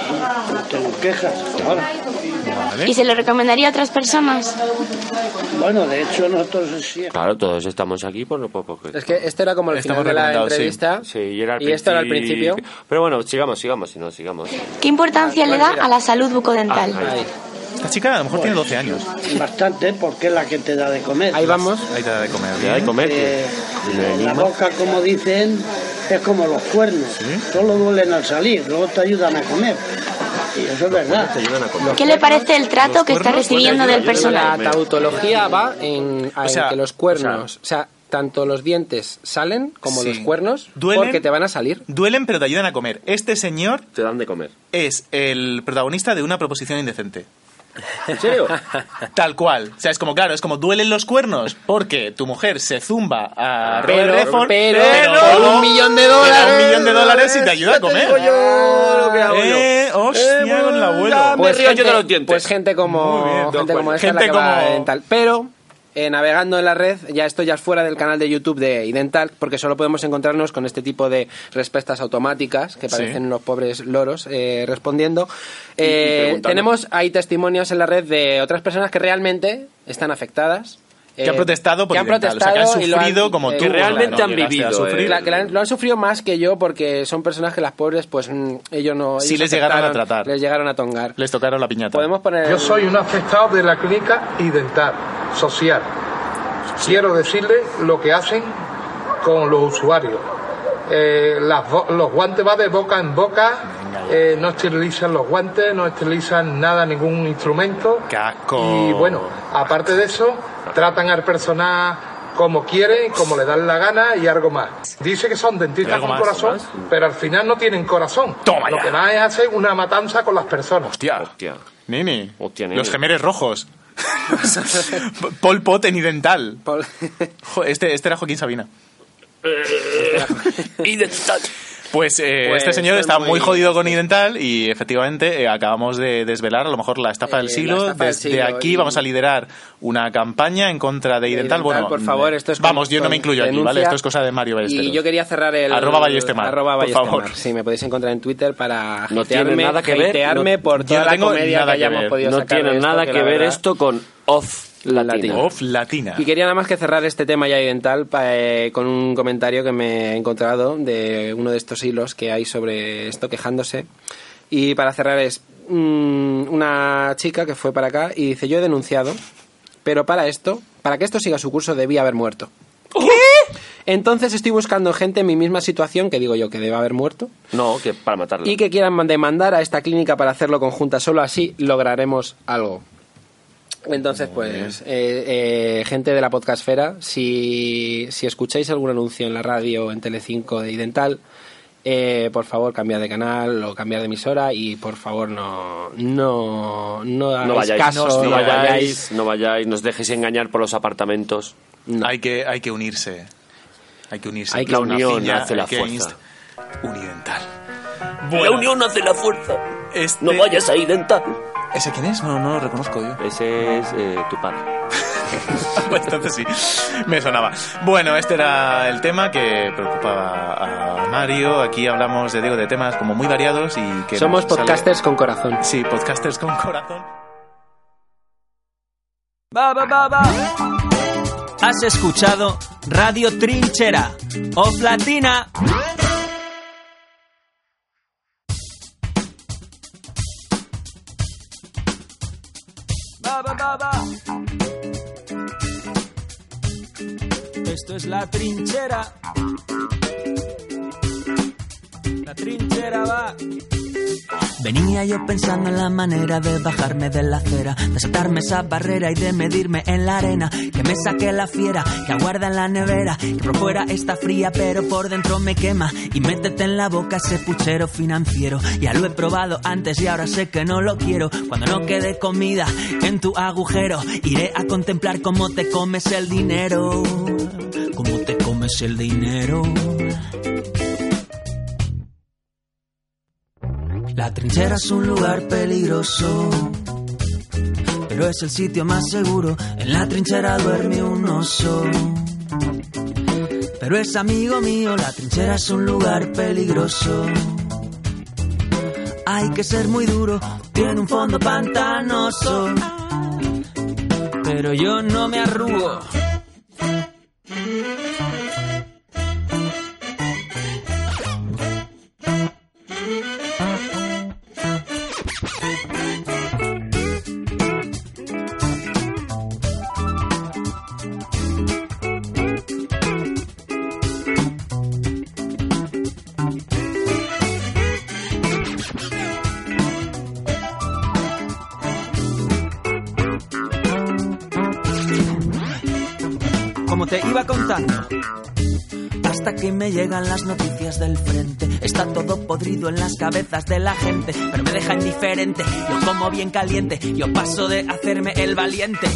no tengo quejas. Ahora,
¿Y se lo recomendaría a otras personas?
bueno, de hecho, nosotros sí.
Claro, todos estamos aquí pues, por lo poco que...
Es que esto era como el
Estamos
final de la
recomendados, sí.
entrevista.
Sí, y, era al
esto era al
principi-
principio.
Pero bueno, sigamos, sigamos, si no, sigamos.
¿Qué importancia le da a la salud bucodental?
Ah, ahí.
Esta chica a lo mejor tiene 12 años.
Bastante, porque es la que te da de comer.
Ahí vamos.
Ahí te da de comer.
Ya hay comer.
Eh,
¿Y lo de
la
Lima?
boca, como dicen, es como los cuernos. Solo duelen al salir, luego te ayudan a comer. Y eso es verdad.
Te ayudan a comer.
¿Qué le parece el trato que está recibiendo del
La
personal?
tautología va en, a- en
sea,
que los cuernos, o sea, tanto los dientes salen como
Sí.
los cuernos
Duelen.
porque te van a salir.
Duelen, pero te ayudan a comer. Este señor
Te dan de comer.
es el protagonista de una proposición indecente.
¿En serio?
Tal cual. O sea, es como, claro, es como duelen los cuernos porque tu mujer se zumba a Robert
Pero-
Redford,
pero- por un millón de
te da
dólares.
Un millón de dólares y te ayuda a
Ya te
comer.
digo yo lo que hago
eh,
yo.
hostia,
Eh,
con el
ya
abuelo.
me- río yo de los dientes.
Pues gente como,
Muy bien, dos
gente como
cuernos.
esta es la
Gente
que va
como-
a Dental. Pero eh, navegando en la red, ya esto ya es fuera del canal de YouTube de Idental, porque solo podemos encontrarnos con este tipo de respuestas automáticas que
Sí.
parecen unos pobres loros eh, respondiendo. Eh,
preguntando.
tenemos ahí testimonios en la red de otras personas que realmente están afectadas.
Que han
eh,
protestado por
que han eh,
Idental, o sea, que han
protestado y lo
sufrido como tú.
que realmente
claro,
han
llegaste a
vivido,
sufrir.
eh.
Cla- que la han- lo han sufrido más que yo porque son personas que las pobres, pues mm, ellos no.
Sí
ellos
les llegaron a
aceptaron,
tratar.
Les llegaron a tongar.
Les tocaron la piñata.
Podemos poner.
Yo soy un afectado de la clínica Idental Social. Quiero decirle lo que hacen con los usuarios. Eh, las bo- los guantes van de boca en boca, eh, no esterilizan los guantes, no esterilizan nada, ningún instrumento.
Casco.
Y bueno, aparte de eso, tratan al personal como quieren, como le dan la gana y algo más. Dice que son
¿Y
dentistas
algo
con
más,
corazón,
más?
pero al final no tienen corazón.
Toma
Lo
ya.
que más es hacer una matanza con las personas.
Hostia. Nini.
nene.
Los gemeres rojos. Pol Pot en Idental. Jo, Este, este era Joaquín Sabina.
Eh,
Idental.
Pues, eh,
Pues
este señor
es
está
muy-
muy jodido con Idental y efectivamente eh, acabamos de desvelar a lo mejor la estafa del
Eh, la
siglo.
estafa del
Desde
siglo
aquí
y-
vamos a liderar una campaña en contra de Idental.
Idental,
Bueno, mm,
por favor, esto es
Vamos,
con-
yo no me
con
incluyo aquí, ¿vale?
denuncia.
Esto es cosa de Mario Ballesteros.
Y yo quería cerrar el...
Arroba Ballestemar,
Arroba
por
Ballestemar.
favor.
Sí, me podéis encontrar en Twitter para
No tiene
hatearme-
nada que ver,
hatearme
no-
por
yo
toda
no
la
tengo
comedia
nada
que
que
hayamos
ver.
podido
No
sacar
tiene
de esto,
nada que
la
ver
verdad-
esto con Off Latina.
Off Latina.
Y quería nada más que cerrar este tema ya dental eh, con un comentario que me he encontrado de uno de estos hilos que hay sobre esto quejándose. Y para cerrar es mm, una chica que fue para acá y dice, yo he denunciado, pero para esto, para que esto siga su curso debía haber muerto. Entonces estoy buscando gente en mi misma situación que digo yo que debe haber muerto
No, que para matarla.
y que quieran demandar a esta clínica para hacerlo conjunta. Solo así lograremos algo. Entonces, pues, eh, eh, gente de la podcastfera, si, si escucháis algún anuncio en la radio, en Telecinco de Idental, eh, por favor, cambiar de canal o cambiar de emisora y por favor no no no, hagáis
No vayáis,
caso,
no vayáis, no vayáis, nos dejéis engañar por los apartamentos.
Hay, que, hay que unirse. Hay que unirse.
Hay que
Es
la
una
unión
piña,
hace
hay
la
que
fuerza.
inst- Unidental.
La unión hace la fuerza.
Este-
No vayas ahí, dental.
¿Ese quién es? No, no lo reconozco yo.
Ese es eh, tu padre.
Pues entonces sí, me sonaba. Bueno, este era el tema que preocupaba a Mario. Aquí hablamos, de digo, de temas como muy variados y que...
Somos
nos sale-
podcasters con corazón.
Sí, podcasters con corazón.
Va, va, va, va. Has escuchado Radio Trinchera, Off Latina. Va, va, va, va. Esto es la trinchera. La trinchera va.
Venía yo pensando en la manera de bajarme de la acera, de saltarme esa barrera y de medirme en la arena. Que me saque la fiera, que aguarda en la nevera, que por fuera está fría pero por dentro me quema. Y métete en la boca ese puchero financiero. Ya lo he probado antes y ahora sé que no lo quiero. Cuando no quede comida en tu agujero, iré a contemplar cómo te comes el dinero. Cómo te comes el dinero. La trinchera es un lugar peligroso, pero es el sitio más seguro. En la trinchera duerme un oso, pero es amigo mío. La trinchera es un lugar peligroso. Hay que ser muy duro, tiene un fondo pantanoso, pero yo no me arrugo. como te iba contando. Hasta que me llegan las noticias del frente. Está todo podrido en las cabezas de la gente, pero me deja indiferente. Yo como bien caliente, yo paso de hacerme el valiente.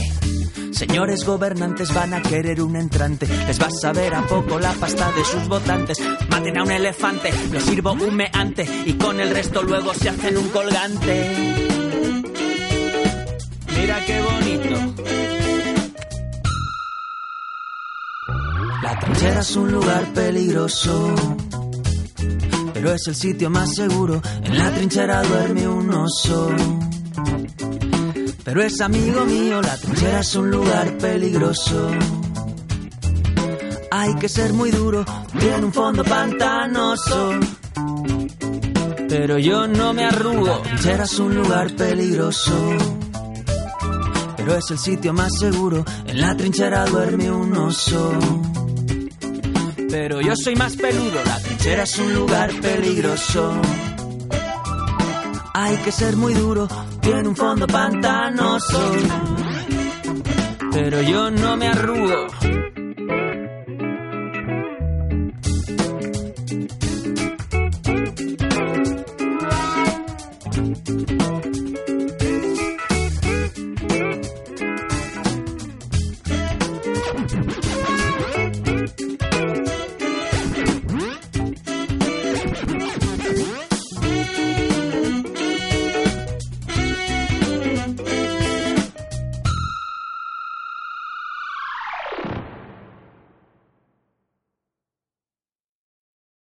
Señores gobernantes van a querer un entrante, les va a saber a poco la pasta de sus votantes. Maten a un elefante, lo sirvo humeante y con el resto luego se hacen un colgante. Mira qué bonito. La trinchera es un lugar peligroso, pero es el sitio más seguro. En la trinchera duerme un oso, pero es amigo mío. La trinchera es un lugar peligroso. Hay que ser muy duro, tiene un fondo pantanoso. Pero yo no me arrugo. La trinchera es un lugar peligroso, pero es el sitio más seguro. En la trinchera duerme un oso. Pero yo soy más peludo, la trinchera es un lugar peligroso. hay que ser muy duro, tiene un fondo pantanoso. Pero yo no me arrugo.